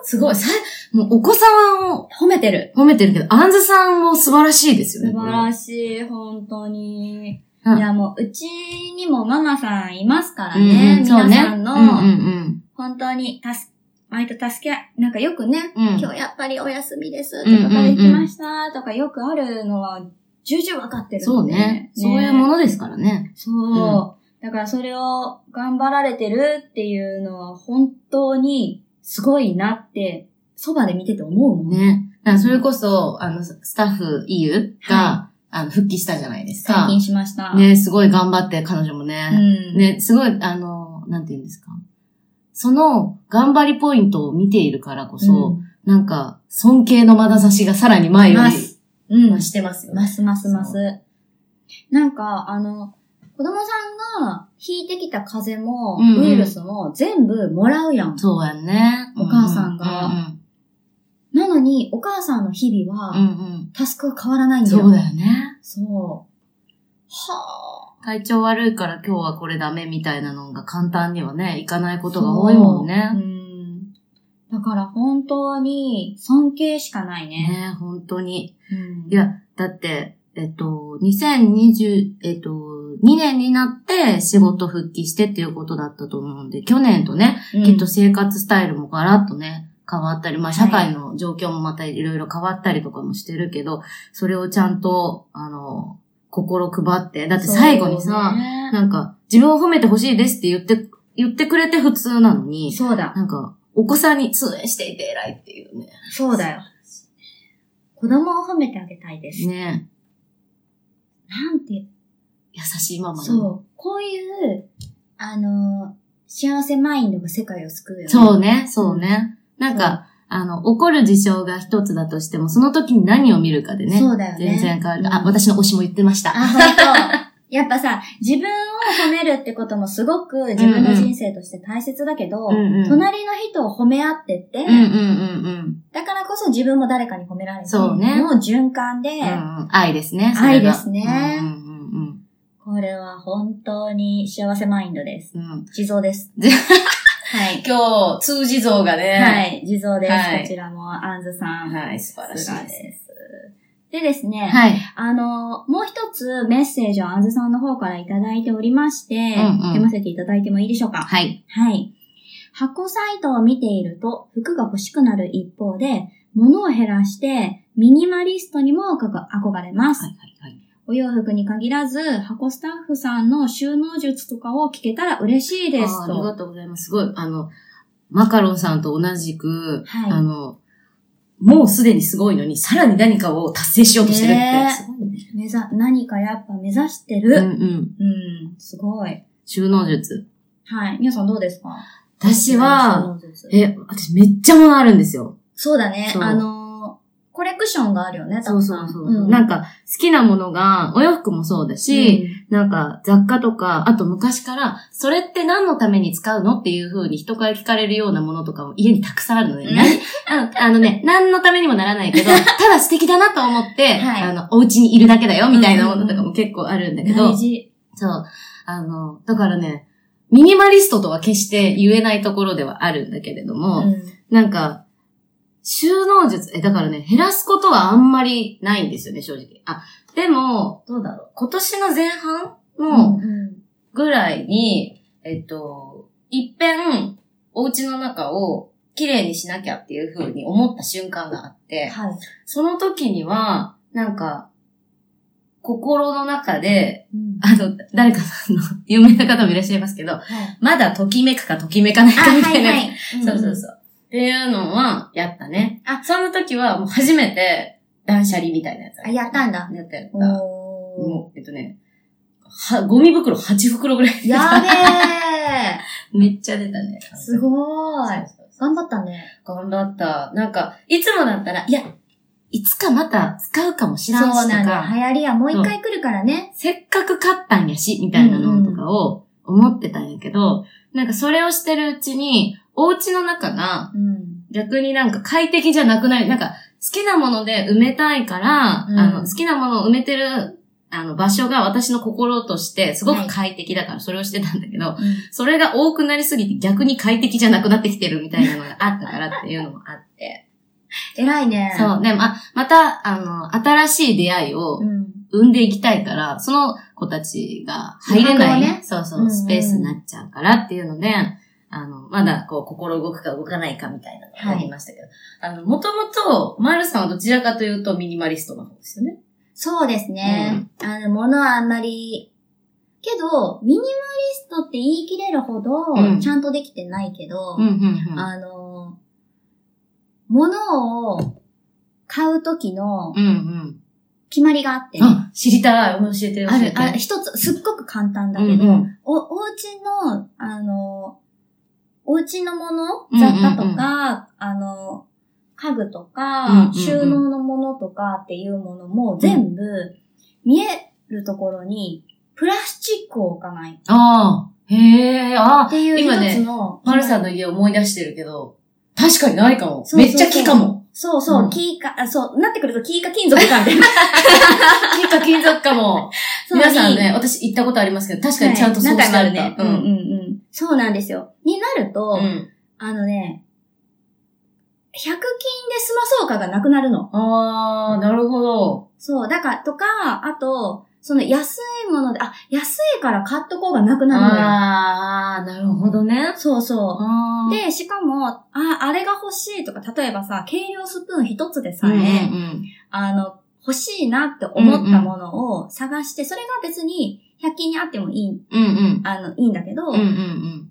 Speaker 3: すごい。さ、もうお子さんを褒めてる。褒めてるけど、あんずさんも素晴らしいですよね。
Speaker 2: 素晴ら
Speaker 3: しい。
Speaker 2: しい、本当に。
Speaker 3: うん
Speaker 2: いや、もう、うちにもママさんいますから
Speaker 3: うん
Speaker 2: ね。
Speaker 3: うん、そう
Speaker 2: 皆
Speaker 3: ね。
Speaker 2: さんの、
Speaker 3: うん
Speaker 2: 本当に、たす、割と助け合い、なんかよくね、
Speaker 3: うんうん。
Speaker 2: 今日やっぱりお休みですと
Speaker 3: うんうん
Speaker 2: か、
Speaker 3: うん
Speaker 2: これ行きましたとか、よくあるのは、重々わかってるので。
Speaker 3: そうね。そういうものですからね。
Speaker 2: そう。だからそれを頑張られてるっていうのは本当にすごいなって、そばで見てて思うもん。
Speaker 3: ね。だからそれこそ、あの、スタッフ EU が、あの、復帰したじゃないです
Speaker 2: 最
Speaker 3: か。
Speaker 2: 近しました。
Speaker 3: ね、すごい頑張って、彼女もね。
Speaker 2: うん。
Speaker 3: ね、すごい、あの、なんて言うんですか。その、頑張りポイントを見ているからこそ、なんか、尊敬の眼差しがさらに前よ
Speaker 2: ます
Speaker 3: り、
Speaker 2: うん。うん。
Speaker 3: してますよね。
Speaker 2: ますますま
Speaker 3: そ
Speaker 2: す。なんか、あの、子供さんが引いてきた風邪も、
Speaker 3: うんうん
Speaker 2: ウイルスも全部もらうやん。
Speaker 3: そうやんね。
Speaker 2: お母さんがなのに、お母さんの日々
Speaker 3: う
Speaker 2: は、
Speaker 3: んうん。うんうん
Speaker 2: タスクが変わらないんだよ。
Speaker 3: そうだよね。
Speaker 2: そう。は
Speaker 3: 体調悪いから今日はこれダメみたいなのが簡単にはね、いかない
Speaker 2: あ。
Speaker 3: ことが多いもん
Speaker 2: そう
Speaker 3: ね。
Speaker 2: うん。だから本当に尊敬しかないね。
Speaker 3: ね本当に。
Speaker 2: うん
Speaker 3: い、や、だって、えっと、2020、えっと、2年になって仕事復帰してっていうことだったと思うんで、去年とね、
Speaker 2: うん
Speaker 3: きっと生活スタイルもガラッとね、変わったり、まあ社会の状況もまたいろいろ変わったりとかもしてるけど、それをちゃんと、あの、心配って、だって最後に
Speaker 2: そう
Speaker 3: さ、
Speaker 2: ね
Speaker 3: なんか、自分を褒めてほしいですって言って、言ってくれて普通なのに、
Speaker 2: そうだ。
Speaker 3: なんか、お子さんに通園していて偉いっていうね。
Speaker 2: そうだよ。子供を褒めてあげたいです。
Speaker 3: ね
Speaker 2: なんて、
Speaker 3: 優しいママなの
Speaker 2: そう。こういう、あの、幸せマインドが世界を救うよね。
Speaker 3: そうね、そうね。なんか、あの、怒る事象が一つだとしても、その時に何を見るかでね。
Speaker 2: そうだよね
Speaker 3: 全然変わる。
Speaker 2: うん
Speaker 3: あ、私の推しも言ってました。
Speaker 2: あ、本当。やっぱさ、自分を褒めるってこともすごく自分の人生として大切だけど、
Speaker 3: うんうん
Speaker 2: 隣の人を褒め合ってって、
Speaker 3: うんうんうんうん。
Speaker 2: だからこそ自分も誰かに褒められて、
Speaker 3: そうね
Speaker 2: の循環で、
Speaker 3: うんうん愛ですね。それが
Speaker 2: 愛ですね
Speaker 3: うんうん
Speaker 2: これは本当に幸せマインドです。
Speaker 3: うんうんうん
Speaker 2: 地蔵です。
Speaker 3: じ
Speaker 2: はい。
Speaker 3: 今日、通じ像が
Speaker 2: は
Speaker 3: ね、
Speaker 2: い、地蔵です。
Speaker 3: はい
Speaker 2: こちらも、あんずさん。
Speaker 3: はい素晴らしいです
Speaker 2: さすがです。でですね、
Speaker 3: はい。
Speaker 2: あの、もう一つメッセージをあんずさんの方からいただいておりまして、
Speaker 3: んうん
Speaker 2: 読ませていただいてもいいでしょうか。
Speaker 3: はい。
Speaker 2: はい。箱サイトを見ていると服が欲しくなる一方で、物を減らしてミニマリストにも憧れます。
Speaker 3: はいはいはい
Speaker 2: お洋服に限らず、箱スタッフさんの収納術とかを聞けたら嬉しいです
Speaker 3: あーありが
Speaker 2: と。
Speaker 3: とうございます。すごい、あの、マカロンさんと同じく、
Speaker 2: はい
Speaker 3: あの、もうすでにすごいのに、さらに何かを達成しようとしてるって。
Speaker 2: ね
Speaker 3: すごいね。
Speaker 2: 目ざ、何かやっぱ目指して
Speaker 3: う
Speaker 2: る。
Speaker 3: んうん。
Speaker 2: うん、すごい。
Speaker 3: 収納術。
Speaker 2: はい。皆さんどうですか
Speaker 3: 私
Speaker 2: 収
Speaker 3: は、
Speaker 2: 納術
Speaker 3: え、私めっちゃ物あるんですよ。
Speaker 2: そうだね。
Speaker 3: そう
Speaker 2: あのー、コレクションがあるよね、た
Speaker 3: そ
Speaker 2: く
Speaker 3: う
Speaker 2: さ
Speaker 3: そ
Speaker 2: ん
Speaker 3: うそう。
Speaker 2: うん
Speaker 3: なんか、好きなものが、お洋服もそうだし、なんか雑貨とか、あと昔から、それって何のために使うのっていう風に人から聞かれるようなものとかも家にたくさんあるので、
Speaker 2: うん
Speaker 3: 何あのあのね、何のためにもならないけど、ただ素敵だなと思って、
Speaker 2: はい
Speaker 3: あの、お家にいるだけだよみたいなものとかも結構あるんだ
Speaker 2: う
Speaker 3: け
Speaker 2: ん、
Speaker 3: ど、
Speaker 2: 大事。
Speaker 3: そう。あの、だからね、ミニマリストとは決して言えないところではあるんだけれども、
Speaker 2: うん
Speaker 3: なんか、収納術、え、だからね、減らすことはあんまりないんですよね、正直。あ、でも、どうだろう。今年の前半の
Speaker 2: うん
Speaker 3: ぐらいに、えっと、一遍、お家の中を綺麗にしなきゃっていう風に思った瞬間があって、
Speaker 2: はい。
Speaker 3: その時には、なんか、心の中で、
Speaker 2: うん
Speaker 3: あの、誰かの 有名な方もいらっしゃいますけど、
Speaker 2: はい
Speaker 3: まだときめくかときめかない
Speaker 2: あ、
Speaker 3: かみ
Speaker 2: は
Speaker 3: たい
Speaker 2: い
Speaker 3: な
Speaker 2: はい。
Speaker 3: そうそう
Speaker 2: う
Speaker 3: そう。っていうのは、やったね。
Speaker 2: あ
Speaker 3: あ、その時は、もう初めて、断捨離みたいなやつ。
Speaker 2: あやったんだ
Speaker 3: やったやった。
Speaker 2: ん。お
Speaker 3: もう、えっとね、は、ゴミ袋8袋ぐらい。
Speaker 2: ー。やべ
Speaker 3: めっちゃ出たね。
Speaker 2: ー。すごーい。
Speaker 3: そうそ
Speaker 2: 頑
Speaker 3: う
Speaker 2: 張ったね。
Speaker 3: 頑張った。なんか、いつもだったら、いや、いつかまた使うかもしらんし
Speaker 2: そう
Speaker 3: と
Speaker 2: なんだ。
Speaker 3: か、
Speaker 2: 流行りはもう一回来るからね。
Speaker 3: せっかく買ったんやし、みたいなのとかを思ってたんやけど、なんかそれをしてるうちに、お家の中が
Speaker 2: うん。
Speaker 3: 逆になんか快適じゃなくない、なんか好きなもので埋めたいから、
Speaker 2: うん
Speaker 3: あの、好きなものを埋めてる、あの、場所が私の心としてすご
Speaker 2: はい
Speaker 3: く快適だから、それをしてたんだけど、それが多くなりすぎて逆に快適じゃなくなってきてるみたいなのがあったからっていうのもあって。
Speaker 2: 偉いね。
Speaker 3: そう。で、ま、また、あの、新しい出会いを
Speaker 2: うん。
Speaker 3: 生んでいきたいから、その子たちが入れ
Speaker 2: 余
Speaker 3: な
Speaker 2: 白
Speaker 3: い、
Speaker 2: をね
Speaker 3: そう
Speaker 2: うん
Speaker 3: そうう、
Speaker 2: ん
Speaker 3: スペースになっちゃうからっていうので、あの、まだこう、心動くか動かないかみたいなのがありましたけど、あの、もともと、マルさんはどちらかというとミニマリストの方ですよね。
Speaker 2: そうですね。あの、物はあんまり、けど、ミニマリストって言い切れるほ
Speaker 3: う
Speaker 2: ど、
Speaker 3: ん
Speaker 2: ちゃんとできてないけど、
Speaker 3: んうん
Speaker 2: あの、物を買う時の
Speaker 3: うんうん。
Speaker 2: 決まりがあって、
Speaker 3: あ、知りたい。教えて、教
Speaker 2: あ
Speaker 3: え
Speaker 2: る
Speaker 3: て。、
Speaker 2: あ、一つ、すっごく簡単だけど、
Speaker 3: うんうん
Speaker 2: お、お家の、あの、お家のもの
Speaker 3: うんうんう
Speaker 2: 雑
Speaker 3: ん
Speaker 2: 貨とか、あの、家具とか、
Speaker 3: うんうんうん
Speaker 2: 収納のものとかっていうものも全部、見えるところに、プラスチックを置かないっ
Speaker 3: ああ、へえ、ああ、
Speaker 2: ていう
Speaker 3: 今ね
Speaker 2: 一つの、
Speaker 3: マルさんの家思い出してるけど、確かにないかも。
Speaker 2: そうそう
Speaker 3: め
Speaker 2: そ
Speaker 3: っ
Speaker 2: う
Speaker 3: ちゃ木かも。
Speaker 2: そうそう、
Speaker 3: うん
Speaker 2: キーカ、あそう、なってくるとキーカ金属感で。
Speaker 3: 木か金属かも。
Speaker 2: そう
Speaker 3: 皆さんね、私行ったことありますけど、確かにちゃんと
Speaker 2: はい
Speaker 3: そうしてある
Speaker 2: 何回もあるね。うんうんうん。そうなんですよ。になると、
Speaker 3: うん。
Speaker 2: あのね、100均で済まそうかがなくなるの。
Speaker 3: ああ、なるほど。
Speaker 2: そう、だから、とか、あと、その安いもので、あ、安いから買っとこうがなくなるのよ。
Speaker 3: ああ、なるほどね。
Speaker 2: そうそ
Speaker 3: あ
Speaker 2: う。
Speaker 3: ー、
Speaker 2: で、しかも、あ、あれが欲しいとか、例えばさ、軽量スプーン一つでさ
Speaker 3: うん
Speaker 2: え、
Speaker 3: うん
Speaker 2: あの、欲しいなって思ったものを探して、それが別に100均にあってもいい、
Speaker 3: うん。うんうん。
Speaker 2: あの、いいんだけど、
Speaker 3: うんうんうん。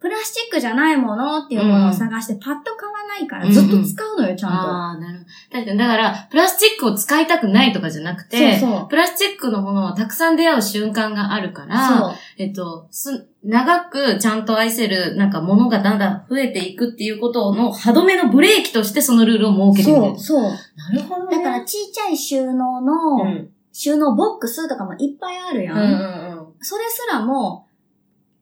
Speaker 2: プラスチックじゃないものっていうものを探して、パッと買わないから、ずっと使うのよ、ちゃんと。
Speaker 3: ああ、なるほど。確かに、だから、プラスチックを使いたくないとかじゃなくて、
Speaker 2: そうそう。
Speaker 3: プラスチックのものはたくさん出会う瞬間があるから、
Speaker 2: そう。
Speaker 3: えっと、す、長くちゃんと愛せる、なんか物がだんだん増えていくっていうことの歯止めのブレーキとしてそのルールを設けてみ
Speaker 2: そ
Speaker 3: る
Speaker 2: う、。そう。
Speaker 3: なるほど、ね。
Speaker 2: だから、ちっちゃい収納の、
Speaker 3: うん。
Speaker 2: 収納ボックスとかもいっぱいあるや。
Speaker 3: うんんうん
Speaker 2: それすらも、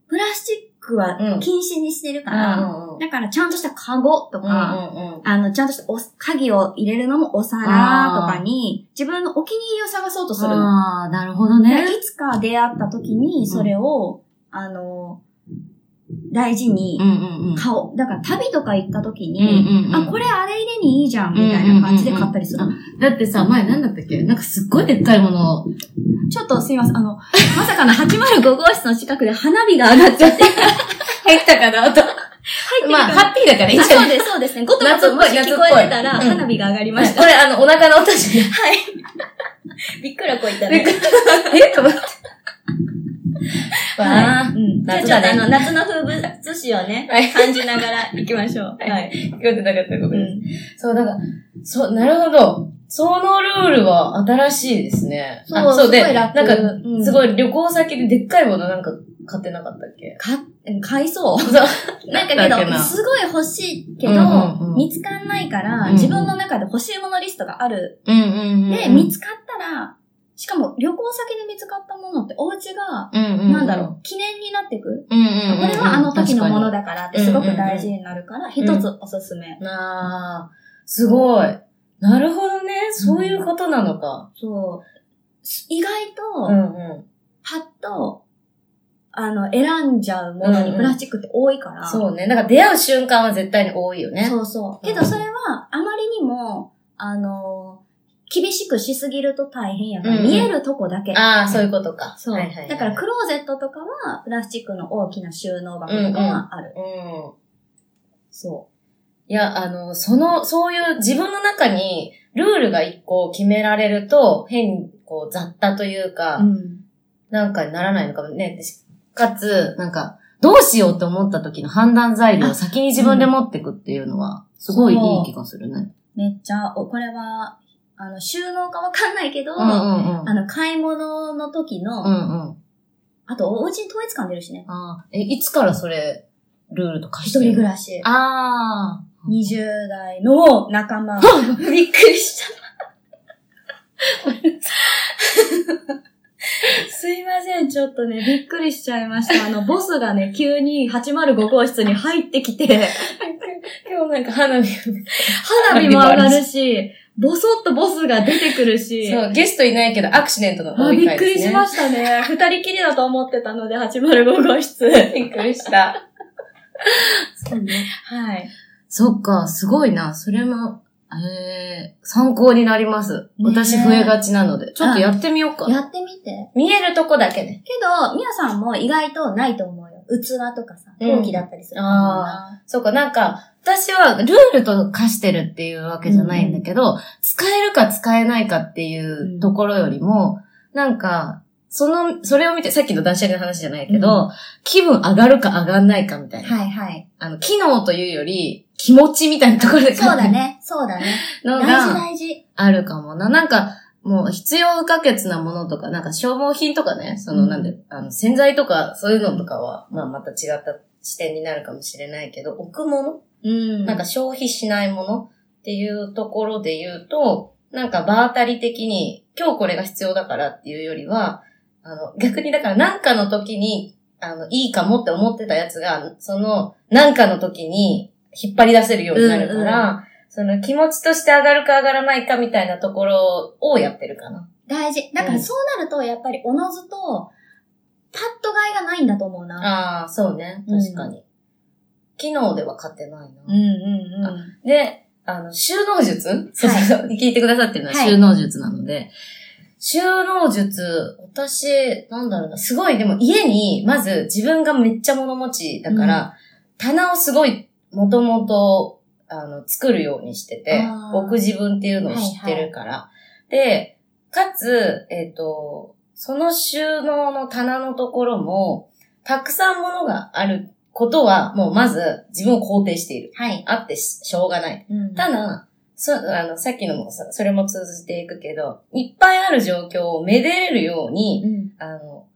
Speaker 2: プラスチック
Speaker 3: う
Speaker 2: は
Speaker 3: ん
Speaker 2: 禁止にしてるか
Speaker 3: う
Speaker 2: ら、
Speaker 3: ん。うん
Speaker 2: だからちゃんとしたカゴとか、
Speaker 3: うんうん。
Speaker 2: あの、ちゃんとしたお鍵を入れるのもお皿とかに、自分のお気に入りを探そうとするの。
Speaker 3: ああ、なるほど
Speaker 2: だから
Speaker 3: ね。
Speaker 2: いつか出会った時に、それを、あの、大事に
Speaker 3: うんうんうん。
Speaker 2: 買おう。だから旅とか行った時
Speaker 3: うん
Speaker 2: に、
Speaker 3: うんうん
Speaker 2: あ、これあれ入れにいいじゃん、みたいな感じで買ったりする
Speaker 3: うん。だってさ、前なんだったっけなんかすっごいでっかいものを。
Speaker 2: ちょっとすいません、あの、 まさかの805号室の近くで花火が上がっちゃ って、入って
Speaker 3: 入ったかなと。
Speaker 2: る
Speaker 3: まあ、ハッピーだからいい
Speaker 2: あ
Speaker 3: じゃ
Speaker 2: そ
Speaker 3: ん。
Speaker 2: うです、そうですね。ごとごともし聞こえてたら、
Speaker 3: 夏っぽい夏っぽいうん
Speaker 2: 花火が上がりました。
Speaker 3: これ、あの、お腹の音じゃん。
Speaker 2: びっくらこいた
Speaker 3: び
Speaker 2: ね
Speaker 3: っく。 えと思って。わあ
Speaker 2: は。いうん、じゃあ
Speaker 3: 夏
Speaker 2: ちょっ
Speaker 3: だ
Speaker 2: と
Speaker 3: ね
Speaker 2: あの、夏の風物詩をね
Speaker 3: はい、
Speaker 2: 感じながら行きましょう。
Speaker 3: はい
Speaker 2: はい。
Speaker 3: 聞こえてなかった。ご
Speaker 2: う
Speaker 3: めんなさい
Speaker 2: ん
Speaker 3: そう、だから、そう、なるほど。そのルールは新しいですね。
Speaker 2: そう
Speaker 3: あそうです
Speaker 2: ごい楽
Speaker 3: なんか、
Speaker 2: うん
Speaker 3: すごい旅行先ででっかいものなんか買ってなかったっけ
Speaker 2: か、買いそう。
Speaker 3: そう
Speaker 2: なん
Speaker 3: だ
Speaker 2: か
Speaker 3: ったっ
Speaker 2: け
Speaker 3: け
Speaker 2: ど、
Speaker 3: な
Speaker 2: すごい欲しいけど、
Speaker 3: うんうんうん
Speaker 2: 見つかんないから、
Speaker 3: うんうん
Speaker 2: 自分の中で欲しいものリストがある。
Speaker 3: うんうんうん。
Speaker 2: で、見つかったら、しかも旅行先で見つかったものってお家が、
Speaker 3: うんうんうん、
Speaker 2: なんだろう、記念になってく。
Speaker 3: う。うんうん、うん。
Speaker 2: これはあの時のもの
Speaker 3: だ。
Speaker 2: だからってすごく大事になるから、一
Speaker 3: んうんうん
Speaker 2: つおすすめ。
Speaker 3: あーすごい。なるほどね。そういうことなのか。
Speaker 2: そう。意外
Speaker 3: う
Speaker 2: と、
Speaker 3: んうん。
Speaker 2: パッと、あの、選んじゃうもの
Speaker 3: うんう
Speaker 2: に
Speaker 3: ん
Speaker 2: プラスチックって多いから。
Speaker 3: そうね。なんか出会う瞬間は絶対に多いよね。
Speaker 2: そうそう。けどそれは、あまりにも、あの、厳しくしすぎると大変やから、
Speaker 3: うんうん
Speaker 2: 見えるとこだけ。
Speaker 3: ああ、そういうことか。
Speaker 2: そう、
Speaker 3: はいはいはい
Speaker 2: だから、クローゼットとかは、プラスチックの大きな収納箱とかはある。
Speaker 3: うん。
Speaker 2: そ
Speaker 3: いや、あの、その、そういう自分の中にルールが一個決められると、変にこう雑多というか、
Speaker 2: う。うん。
Speaker 3: なんかにならないのかもね。しかつ、なんか、どうしようって思った時の判断材料を先に自分で持ってくっていうのは、すごいいい気がするね。
Speaker 2: めっちゃ、おこれは、あの、収納かわかんないけど、
Speaker 3: うんうんうん。
Speaker 2: あの、買い物の時の、
Speaker 3: うんうん。
Speaker 2: あと、お家に統一感出るしね。
Speaker 3: あーえ、いつからそれ、ルールとか
Speaker 2: 一人暮らし。
Speaker 3: あー。
Speaker 2: 20代の仲間。びっくりした。すいません、ちょっとね、びっくりしちゃいました。あの、ボスがね、急に805号室に入ってきて、
Speaker 1: 今日なんか花火。
Speaker 2: 花火も上がるし、ボソッとボスが出てくるし、
Speaker 1: そう、ゲストいないけどアクシデントの
Speaker 2: あ
Speaker 1: 多い
Speaker 2: びっ
Speaker 1: 回
Speaker 2: く
Speaker 1: で
Speaker 2: り
Speaker 1: す
Speaker 2: し
Speaker 1: ね。
Speaker 2: ましたね。二人きりだと思ってたので、805号室。
Speaker 1: びっくりした。
Speaker 2: はい。
Speaker 3: そっか、すごいな。それも、えー、参考になります。
Speaker 2: ね
Speaker 3: 私増えがちなので。ちょっとやってみようか。
Speaker 2: やってみて。
Speaker 1: 見えるとこだけね。
Speaker 2: けど、みやさんも意外とないと思うよ。器とかさ、
Speaker 1: うん
Speaker 2: 陶器だったりするから
Speaker 3: あ
Speaker 2: な。
Speaker 3: そうか、なんか、私はルールと化してるっていうわけじゃないんだけど、使えるか使えないかっていうところよりも、なんか、その、それを見て、さっきの断捨離の話じゃないけど、気分上がるか上がんないかみたいな。
Speaker 2: はいはい。
Speaker 3: あの、機能というより、気持ちみたいなところで
Speaker 2: そうだね。そうだね。
Speaker 3: の
Speaker 2: 大
Speaker 3: が
Speaker 2: 事大事。
Speaker 3: あるかもな。なんか、もう必要不可欠なものとか、なんか消耗品とかね、その、
Speaker 2: うん
Speaker 3: なんで、あの、洗剤とか、そういうのとかは、まあまた違った視点になるかもしれないけど、置くもの
Speaker 2: うん
Speaker 3: なんか消費しないものっていうところで言うと、なんか場当たり的に、今日これが必要だからっていうよりは、あの、逆にだからなんかの時に、あの、いいかもって思ってたやつが、その、なんかの時に引っ張り出せるようになるから、その気持ちとして上がるか上がらないかみたいなところをやってるかな。
Speaker 2: 大事。だか
Speaker 3: う
Speaker 2: ら
Speaker 3: ん
Speaker 2: そうなると、やっぱりおのずと、パッと買いがないんだと思うな。
Speaker 3: ああ、そうね。
Speaker 2: うん
Speaker 3: 確かに。機能では買ってないな。
Speaker 2: んうん
Speaker 3: んで、あの、収納術そうそうそう。 聞いてくださってるのは
Speaker 2: はい
Speaker 3: 収納術なので、収納術、私、なんだろうな、すごい、でも家に、まず自分がめっちゃ物持ちだから、棚をすごい、もともと、あの、作るようにしてて
Speaker 2: あ、ー
Speaker 3: 置く自分っていうのを知ってるから。で、かつ、えっ、と、その収納の棚のところも、たくさん物があることは、もうまず自分を肯定している。
Speaker 2: はい。
Speaker 3: あってししょうがない。
Speaker 2: うん
Speaker 3: ただ、そ、あの、さっきのもさ、それも通じていくけど、いっぱいある状況をめでれるように、
Speaker 2: うん
Speaker 3: あの、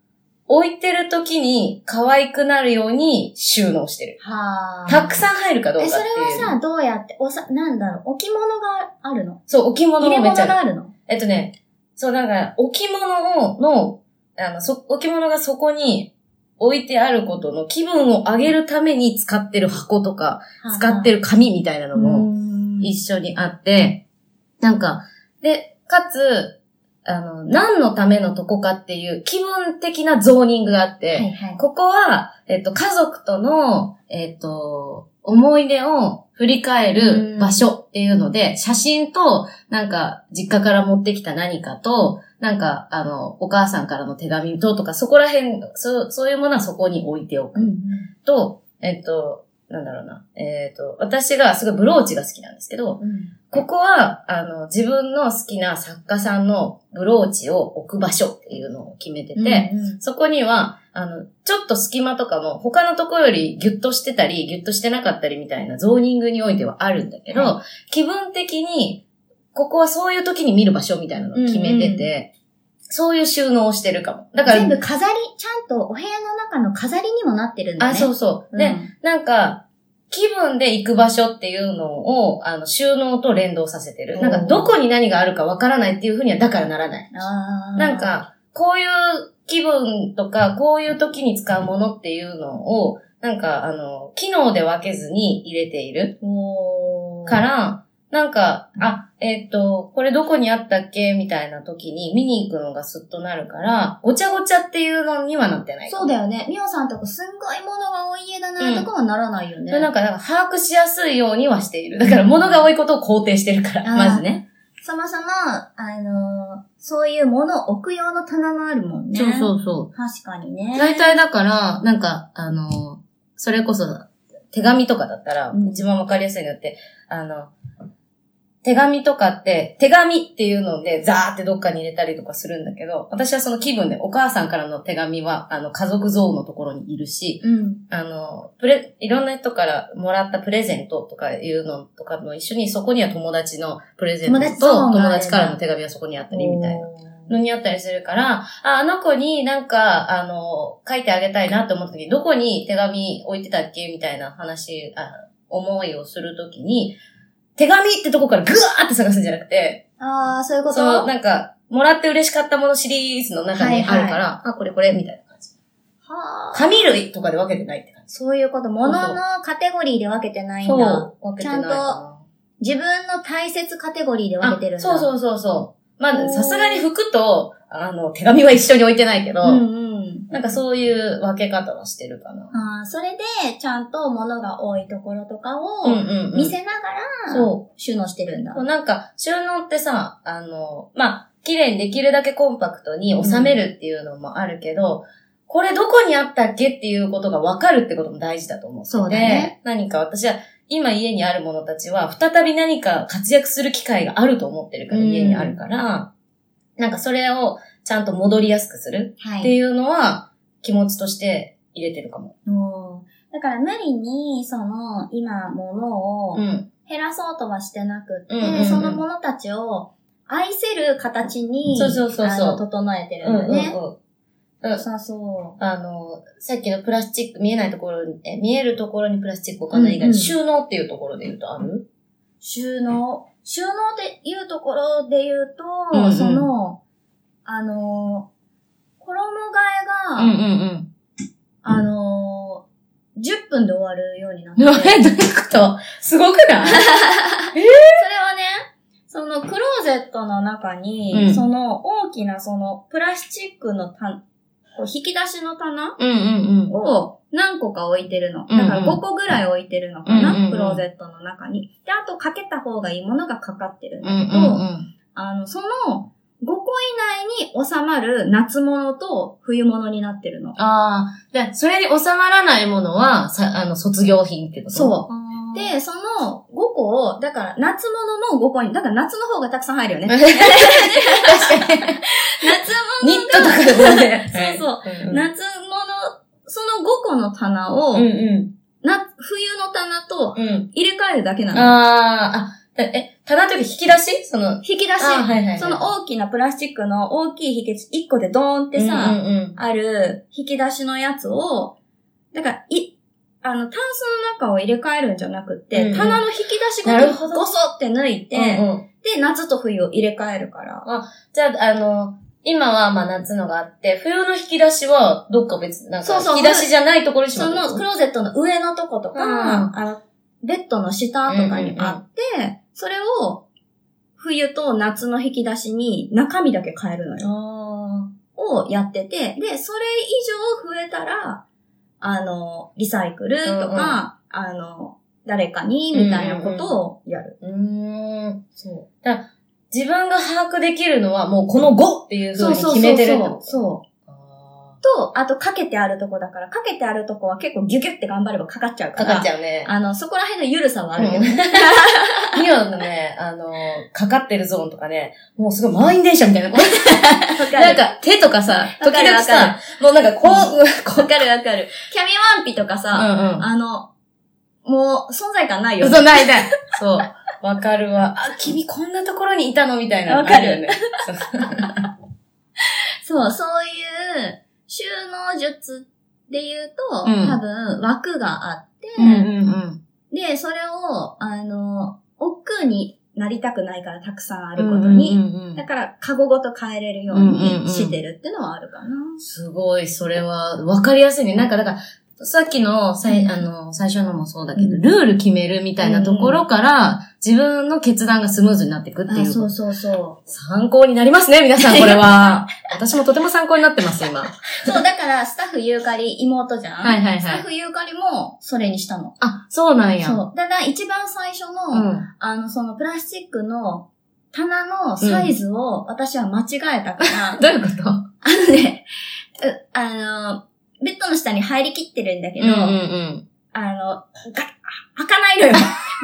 Speaker 3: 置いてる時に可愛くなるように収納してる。
Speaker 2: はあ。
Speaker 3: たくさん入るかどうか
Speaker 2: え、
Speaker 3: って
Speaker 2: そ
Speaker 3: い
Speaker 2: れ
Speaker 3: う。
Speaker 2: はさ、どうやって、おさ、なんだろう、置物があるの
Speaker 3: そう、置物
Speaker 2: 入れ
Speaker 3: もめ
Speaker 2: 物
Speaker 3: っちゃある
Speaker 2: があるの
Speaker 3: えっとね、そう、なんか、置物をの、あの、そ、置物がそこに置いてあることの気分を上げるために使ってる箱とか、使って
Speaker 2: る
Speaker 3: る紙みたいなのも、一緒にあって、なんか、で、かつ、あの、何のためのとこかっていう気分的なゾーニングがあって、
Speaker 2: はいはい。
Speaker 3: ここは、えっと、家族との、えっと、思い出を振り返る場所っていうので、写真と、なんか、実家から持ってきた何かと、なんか、あの、お母さんからの手紙ととか、そこら辺、そう、そういうものはそこに置いておく
Speaker 2: うんうん
Speaker 3: と、えっと、なんだろうな、えっと、私がすごいブローチが好きなんですけど、
Speaker 2: うん
Speaker 3: ここは、あの、自分の好きな作家さんのブローチを置く場所っていうのを決めてて、
Speaker 2: うんうん
Speaker 3: そこには、あの、ちょっと隙間とかも他のところよりギュッとしてたり、ギュッとしてなかったりみたいなゾーニングにおいてはあるんだけど、
Speaker 2: は
Speaker 3: 気分的に、ここはそういう時に見る場所みたいなのを決めてて、そういう収納をしてるかも。だから、
Speaker 2: 全部飾り、ちゃんとお部屋の中の飾りにもなってるんだね。。
Speaker 3: あ、そううそう。
Speaker 2: ね
Speaker 3: で、。なんか、気分で行く場所っていうのを、あの、収納と連動させてる。なんか、どこに何があるかわからないっていうふうには、だからならない。
Speaker 2: あー
Speaker 3: なん、か、こういう気分とか、こういう時に使うものっていうのを、なんか、あの、機能で分けずに入れている
Speaker 2: おー
Speaker 3: から、なんか、あ、えっ、と、これどこにあったっけみたいな時に見に行くのがスッとなるから、ごちゃごちゃっていうのにはなってない。
Speaker 2: そうだよね。みおさんとこすんごいものが多い家だなとかはならないよね。
Speaker 3: それなんか、なんか把握しやすいようにはしている。だから、物が多いことを肯定してるから、
Speaker 2: あー
Speaker 3: まずね。
Speaker 2: そもそも、あのーそういうものを置く用の棚もあるもんね。う。
Speaker 3: うそ
Speaker 2: 確かにね。
Speaker 3: 大体だから、なんか、あの、それこそ、手紙とかだったら
Speaker 2: う、ん
Speaker 3: 一番わかりやすいのって、あの、手紙とかって、手紙っていうので、ザーってどっかに入れたりとかするんだけど、私はその気分で、お母さんからの手紙は、あの、家族像のところにいるし、
Speaker 2: うん。
Speaker 3: あの、プレ、いろんな人からもらったプレゼントとかいうのとかも一緒に、そこには友達のプレゼント
Speaker 2: 友達
Speaker 3: と
Speaker 2: そうなんだ
Speaker 3: 友達からの手紙はそこにあったりみたいな。のにあったりするから、あ、あの子になんか、あの、書いてあげたいなって思った時に、どこに手紙置いてたっけみたいな話、あ思いをするときに、手紙ってとこからぐわーって探すんじゃなくて、
Speaker 2: ああ、そういうこと
Speaker 3: そう、なんか、もらって嬉しかったものシリーズの中にあるから、あ、これこれ、みたいな感じ。
Speaker 2: はあ。
Speaker 3: 紙類とかで分けてないって感じ。
Speaker 2: そういうこと。物のカテゴリーで分けてないんだ。
Speaker 3: そう、分けてないかな。
Speaker 2: ちゃ自分の大切カテゴリーで分けてるんだ。
Speaker 3: そう
Speaker 2: う。
Speaker 3: そうそうそう。
Speaker 2: お
Speaker 3: まあ、
Speaker 2: ー
Speaker 3: さすがに服と、あの、手紙は一緒に置いてないけど、
Speaker 2: うんうん。
Speaker 3: なんかそういう分け方はしてるかな。
Speaker 2: ああ、それで、ちゃんと物が多いところとか
Speaker 3: うん
Speaker 2: を
Speaker 3: うん、うん。
Speaker 2: 見せながら、
Speaker 3: そ
Speaker 2: 収納してるんだ
Speaker 3: う。も。うなんか、収納ってさ、あの、まあ、綺麗にできるだけコンパクトに収めるっていうのもあるけど、これどこにあったっけっていうことが分かるってことも大事だと思う。
Speaker 2: そうだね。
Speaker 3: 何か私は、今家にあるものたちは、再び何か活躍する機会があると思ってるから、
Speaker 2: うん
Speaker 3: 家にあるから、なんかそれをちゃんと戻りやすくする。
Speaker 2: は
Speaker 3: って
Speaker 2: い。
Speaker 3: いうのは気持ちとして入れてるかも。
Speaker 2: おーだから無理に、その、今、物を
Speaker 3: ん。
Speaker 2: 減らそうとはしてなく
Speaker 3: うんうんう
Speaker 2: て、
Speaker 3: ん
Speaker 2: その物たちを愛せる形に、
Speaker 3: そうそうそうそう
Speaker 2: あの整えてる
Speaker 3: うんん
Speaker 2: だね。
Speaker 3: うんうん。
Speaker 2: そうそ
Speaker 3: あの、さっきのプラスチック、見えないところに、え見えるところにプラスチック置かない以外、
Speaker 2: うんうん
Speaker 3: 収納っていうところで言うとある
Speaker 2: う。収納。収納でいうところで言うと、
Speaker 3: うんうん
Speaker 2: その、あの、衣替えが、
Speaker 3: ん
Speaker 2: あのー、10分で終わるようになっ
Speaker 3: う
Speaker 2: て。
Speaker 3: ん。
Speaker 2: それは
Speaker 3: え、どういうことすごくない
Speaker 2: ね、そのクローゼットの中に、
Speaker 3: うん
Speaker 2: その大きなそのプラスチックのたこう引き出しの棚
Speaker 3: うんうんうん。
Speaker 2: を何個か置いてるの。
Speaker 3: うんう
Speaker 2: だ
Speaker 3: ん
Speaker 2: から5個ぐらい置いてるのかな、
Speaker 3: うんうんうん
Speaker 2: クローゼットの中に。で、あとかけた方がいいものがかかってるんだ
Speaker 3: うんうん
Speaker 2: けど、
Speaker 3: うん。
Speaker 2: あの、その5個以内に収まる夏物と冬物になってるの。
Speaker 3: ああ。で、それに収まらないものは、さ、あの、卒業品ってこと
Speaker 2: そう。
Speaker 1: で、
Speaker 2: で、その5個を、だから夏物も5個に、だから夏の方がたくさん入るよね。
Speaker 3: 確かに。
Speaker 2: 夏
Speaker 3: ニットとかでもね。
Speaker 2: そう物、
Speaker 3: ん
Speaker 2: 夏物、その5個の棚を、
Speaker 3: うんう
Speaker 2: な冬の棚と
Speaker 3: ん。うん。
Speaker 2: 入れ替えるだけなの。
Speaker 3: あーあ、え、棚というか引き出しその、
Speaker 2: 引き出し、
Speaker 3: あはいはいはい
Speaker 2: その大きなプラスチックの大きい引き出し、1個でドーンってさ、
Speaker 3: うんうんうん
Speaker 2: ある引き出しのやつを、だから、い、あの、タンスの中を入れ替えるんじゃなくって、
Speaker 3: うんうん
Speaker 2: 棚の引き出しご
Speaker 3: なる
Speaker 2: と
Speaker 3: ほど
Speaker 2: ごそって抜いて、
Speaker 3: うんうん
Speaker 2: で、夏と冬を入れ替えるから。
Speaker 3: じゃあ、あの、今はまあ夏のがあって、冬の引き出しはどっか別、なん
Speaker 2: そ
Speaker 3: か
Speaker 2: うそう
Speaker 3: 引き出しじゃないところにしまっ
Speaker 2: そ
Speaker 3: てる
Speaker 2: のクローゼットの上のとことか、
Speaker 3: うん
Speaker 2: あの、ベッドの下とかにあって、それを冬と夏の引き出しに中身だけ変えるのよ。
Speaker 3: あ
Speaker 2: をやってて、で、それ以上増えたら、あの、リサイクルと
Speaker 3: うんうん
Speaker 2: か、あの、誰かにみたいなことをやる。
Speaker 3: ーうーん。そう。だから自分が把握できるのはもうこの5っていう風に決めてるんだ
Speaker 2: そうそう。
Speaker 3: あ
Speaker 2: と、あと、かけてあるとこだから、かけてあるとこは結構ギュギュって頑張ればかかっちゃう
Speaker 3: ー
Speaker 2: か。
Speaker 3: からかっちゃうね。
Speaker 2: あの、そこら辺の緩さはあるけど、
Speaker 3: うんミオのね、あの、かかってるゾーンとかね、もうすごい満員電車みたいな。
Speaker 2: わかる
Speaker 3: なんか手とかさ、
Speaker 2: わ
Speaker 3: 時
Speaker 2: かるわ
Speaker 3: 々
Speaker 2: か
Speaker 3: さ、もうなんかこう、うわこ
Speaker 2: わかるわかる。キャミワンピとか
Speaker 3: う、う
Speaker 2: さ、
Speaker 3: ん
Speaker 2: あの、もう存在感ないよ。
Speaker 3: そう、ないない。そう。わかるわ。あ、君こんなところにいたのみたいな。
Speaker 2: わかる
Speaker 3: あよね。 そ
Speaker 2: そ
Speaker 3: う
Speaker 2: う、そういう収納術で言うと、
Speaker 3: うん
Speaker 2: 多分枠があって、
Speaker 3: うん
Speaker 2: で、それを、あの、億劫になりたくないからたくさんあ
Speaker 3: あ
Speaker 2: ることに、だ
Speaker 3: に。
Speaker 2: から、カゴごと変えれるよう
Speaker 3: うんうんう
Speaker 2: に
Speaker 3: ん
Speaker 2: してるってのはあるかな。
Speaker 3: すごい、それは、わかりやすいね。なんか、だから、さっきの、さいあの、最初のもそうだけど、
Speaker 2: うん
Speaker 3: ルール決めるみたいなところから、自分の決断がスムーズになっていくって
Speaker 2: あ
Speaker 3: いう
Speaker 2: そ
Speaker 3: こ
Speaker 2: う
Speaker 3: と。
Speaker 2: そうそ
Speaker 3: 参考になりますね、皆さん、これは。私もとても参考になってます、今。
Speaker 2: う。そう、だから、スタッフユーカリ妹じゃん。
Speaker 3: はいはいはい
Speaker 2: スタッフユーカリも、それにしたの。
Speaker 3: あ、そうなんや。
Speaker 2: そう。ただ、一番最初の、
Speaker 3: うん。
Speaker 2: あの、そのプラスチックの棚のサイズを私は間違えた から、
Speaker 3: どういうこと
Speaker 2: あのね、うあの、ベッドの下に入りきってるんだけど、
Speaker 3: ん。
Speaker 2: あの、が開かないの よ。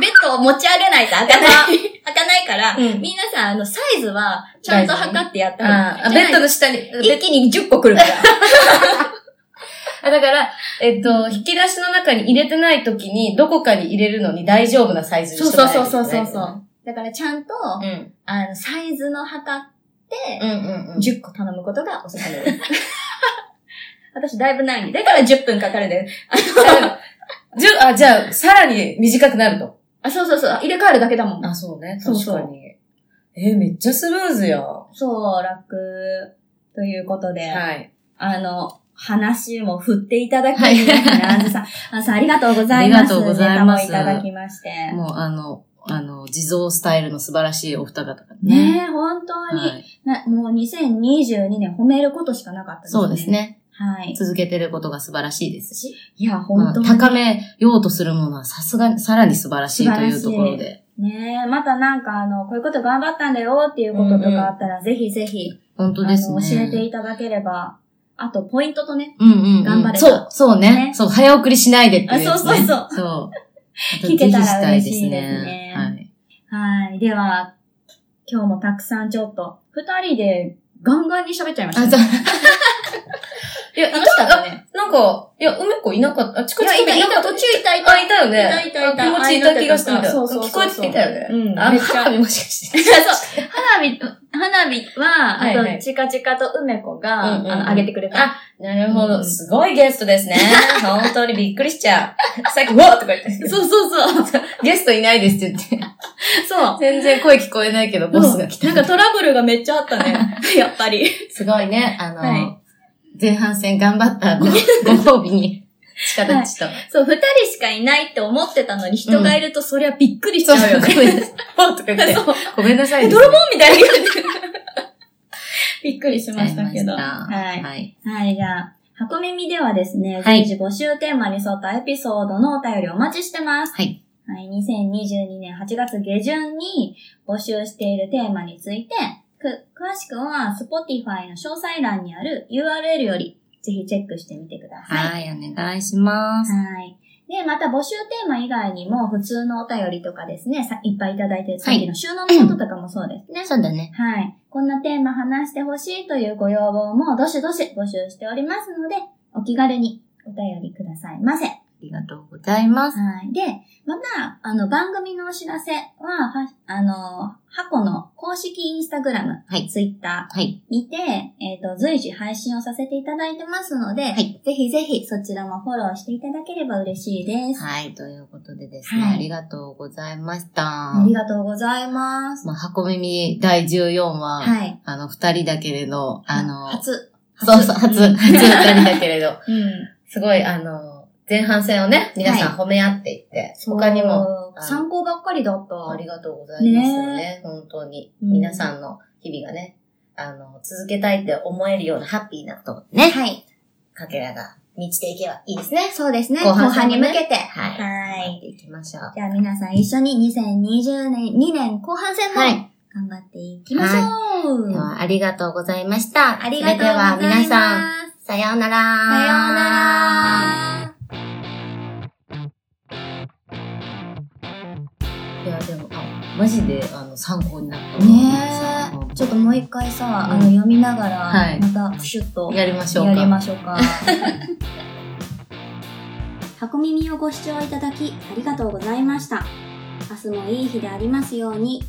Speaker 2: ベッドを持ち上げないと開かない。 開かないから、
Speaker 3: うん
Speaker 2: みんなさん、あの、サイズはちゃんと測ってやったら、
Speaker 3: あー、あベッドの下に、
Speaker 2: 一気に10個くる から。
Speaker 3: あ、だから、えっと、引き出しの中に入れてない時に、どこかに入れるのに大丈夫なサイズに
Speaker 2: そう
Speaker 3: しても
Speaker 2: そう
Speaker 3: らえる
Speaker 2: そう
Speaker 3: みた
Speaker 2: そ
Speaker 3: いうな
Speaker 2: そうそう。だからちゃんと、
Speaker 3: うん。
Speaker 2: あの、サイズの測って、
Speaker 4: うんうんうん。
Speaker 2: 10個頼むことがおすすめです。私だいぶないんで。だから10分かかるで。あの
Speaker 4: じゅあ、じゃあ、さらに短くなると。
Speaker 2: あ、そうそうそう。入れ替えるだけだもん。
Speaker 4: あ、そうね。
Speaker 2: そう
Speaker 4: 確
Speaker 2: そう
Speaker 4: かに。えーめっちゃスムーズやん。は
Speaker 2: そう、楽。ということで、
Speaker 4: い。
Speaker 2: あの、話も振っていただき、あずさん、あずさんありがとうございます。
Speaker 3: ありがとうございます
Speaker 2: ネタもいただきまして。
Speaker 3: もうあの、あの、地蔵スタイルの素晴らしいお二方が
Speaker 2: ねえ、本当に、
Speaker 3: はい。
Speaker 2: な。もう2022年褒めることしかなかったですね。
Speaker 3: そうです。ね。
Speaker 2: はい。
Speaker 3: 続けてることが素晴らしいですし、
Speaker 2: いや、本当に。
Speaker 3: まあ高めようとするものはさすがに、さらに素晴らしいというところで。
Speaker 2: ねえ、またなんかあの、こういうこと頑張ったんだよっていうこととかあったら、ぜひぜひ、
Speaker 3: 本当
Speaker 2: あ
Speaker 3: ですね。
Speaker 2: の、教えていただければ、あと、ポイントとね、
Speaker 3: うんうんうん。
Speaker 2: 頑張れた
Speaker 3: そう、そうね
Speaker 2: ね
Speaker 3: そう、早送りしないでっていう、ね。
Speaker 2: あそうそうそう
Speaker 3: そう。
Speaker 2: 聞けたら嬉しいですね
Speaker 3: ぜひはい。
Speaker 2: はい。では、今日もたくさんちょっと、二人でガンガンに喋っちゃいましたね、
Speaker 4: いや、
Speaker 2: 楽しかった ね。
Speaker 4: なんか、いや、梅子いなかった。あ、ちこちこ
Speaker 2: いやいたいた途中いたいた
Speaker 4: あ、いたよね。
Speaker 2: いたいたいた
Speaker 4: あ気持ちいた気がしてきた。
Speaker 2: そうそうそうそう
Speaker 4: 聞こえてきたよね。
Speaker 2: うん
Speaker 4: あ、
Speaker 2: めっちゃ
Speaker 4: 花火もしか して。
Speaker 2: 花火、花火は、
Speaker 4: はいは
Speaker 2: あ
Speaker 4: い
Speaker 2: と、チカチカと梅子が、
Speaker 4: うんうんうん
Speaker 2: あの、あげてくれた。
Speaker 4: なるほ
Speaker 2: うん
Speaker 4: ど。すごいゲストで すね。本当にびっくりしちゃう。さっき、うわっとか言って。
Speaker 2: そうそうそう。そう。
Speaker 3: ゲストいないですって 言って。全然声聞こえないけど、ボスが来た。
Speaker 2: なんかトラブルがめっちゃあった ね。やっぱり。
Speaker 3: すごいね、あの、
Speaker 2: はい
Speaker 3: 前半戦頑張っ たごご褒美に、近立ちと。
Speaker 2: そう、二人しかいないって思ってたのに人がいると、そりゃびっくりしち
Speaker 3: そう
Speaker 2: ゃうよね。
Speaker 3: ごめんなさい。ポンとか言っ て
Speaker 2: そう。
Speaker 3: ごめんなさい
Speaker 2: え
Speaker 3: です。
Speaker 2: 泥棒みたいな。 びっくりしましたけど。
Speaker 3: わかりま
Speaker 2: は
Speaker 3: した
Speaker 2: い。
Speaker 3: はい。
Speaker 2: はい、じゃあ、箱耳ではですね、
Speaker 3: はい
Speaker 2: 随時募集テーマに沿ったエピソードのお便りお待ちしてます。
Speaker 3: はい。
Speaker 2: はい、2022年8月下旬に募集しているテーマについて、く、詳しくは Spotify の詳細欄にある URL より、ぜひチェックしてみてください。
Speaker 3: はい、お願いします。
Speaker 2: はい。で、また募集テーマ以外にも、普通のお便りとかですね、さいっぱいいただいてる、さっきの収納のこととかもそうですね。
Speaker 3: そうだね。
Speaker 2: はい。こんなテーマ話してほしいというご要望もどしどし募集しておりますので、お気軽にお便りくださいませ。は
Speaker 3: ありがとうございます。
Speaker 2: い。で、また、あの、番組のお知らせは、はあの、箱の公式インスタグラム、
Speaker 3: はい
Speaker 2: ツイッタ
Speaker 3: はい。
Speaker 2: ーにて、えっ、と、随時配信をさせていただいてますので、
Speaker 3: い
Speaker 2: ぜひぜひそちらもフォローしていただければ嬉しいです。
Speaker 3: はい、ということでですね、
Speaker 2: はい
Speaker 3: ありがとうございました。
Speaker 2: ありがとうございます。
Speaker 3: まあ、箱耳第14話、
Speaker 2: はい。
Speaker 3: あの、二人だけれど、あの、
Speaker 2: 初。
Speaker 3: そうそう、初、初二人だけれど、
Speaker 2: うん。
Speaker 4: すごい、あの、前半戦をね、皆さん褒め合っていって、他にも、
Speaker 2: そう参考ばっかりだった。
Speaker 4: ありがとうございますよね。本当に。
Speaker 2: うん
Speaker 4: 皆さんの日々がね、あの、続けたいって思えるようなハッピーなと、ね。
Speaker 2: はい。
Speaker 4: かけらが満ちていけばいいですね。
Speaker 2: そうですね。後
Speaker 4: 後
Speaker 2: 半
Speaker 4: 半戦も
Speaker 2: に向
Speaker 4: ね
Speaker 2: けて。
Speaker 4: はい。
Speaker 2: は
Speaker 4: や
Speaker 2: い。
Speaker 4: っていきましょう。
Speaker 2: じゃあ皆さん一緒に2020年、2年後半戦も
Speaker 3: はい
Speaker 2: 頑張っていきましょう。
Speaker 3: ではありがとうございました。
Speaker 2: ありがとうございます。
Speaker 3: それでは皆さん、さよう
Speaker 2: さよう
Speaker 3: なら。
Speaker 2: なら。
Speaker 3: いや、でも、あマジで、あの、参考になった。
Speaker 2: ねえ。ちょっともう一回さ、あの、読みなが
Speaker 3: は
Speaker 2: ら、
Speaker 3: い
Speaker 2: またプシュッと
Speaker 3: やりましょうか。
Speaker 2: やりましょう か。箱耳をご視聴いただきありがとうございました。明日もいい日でありますように。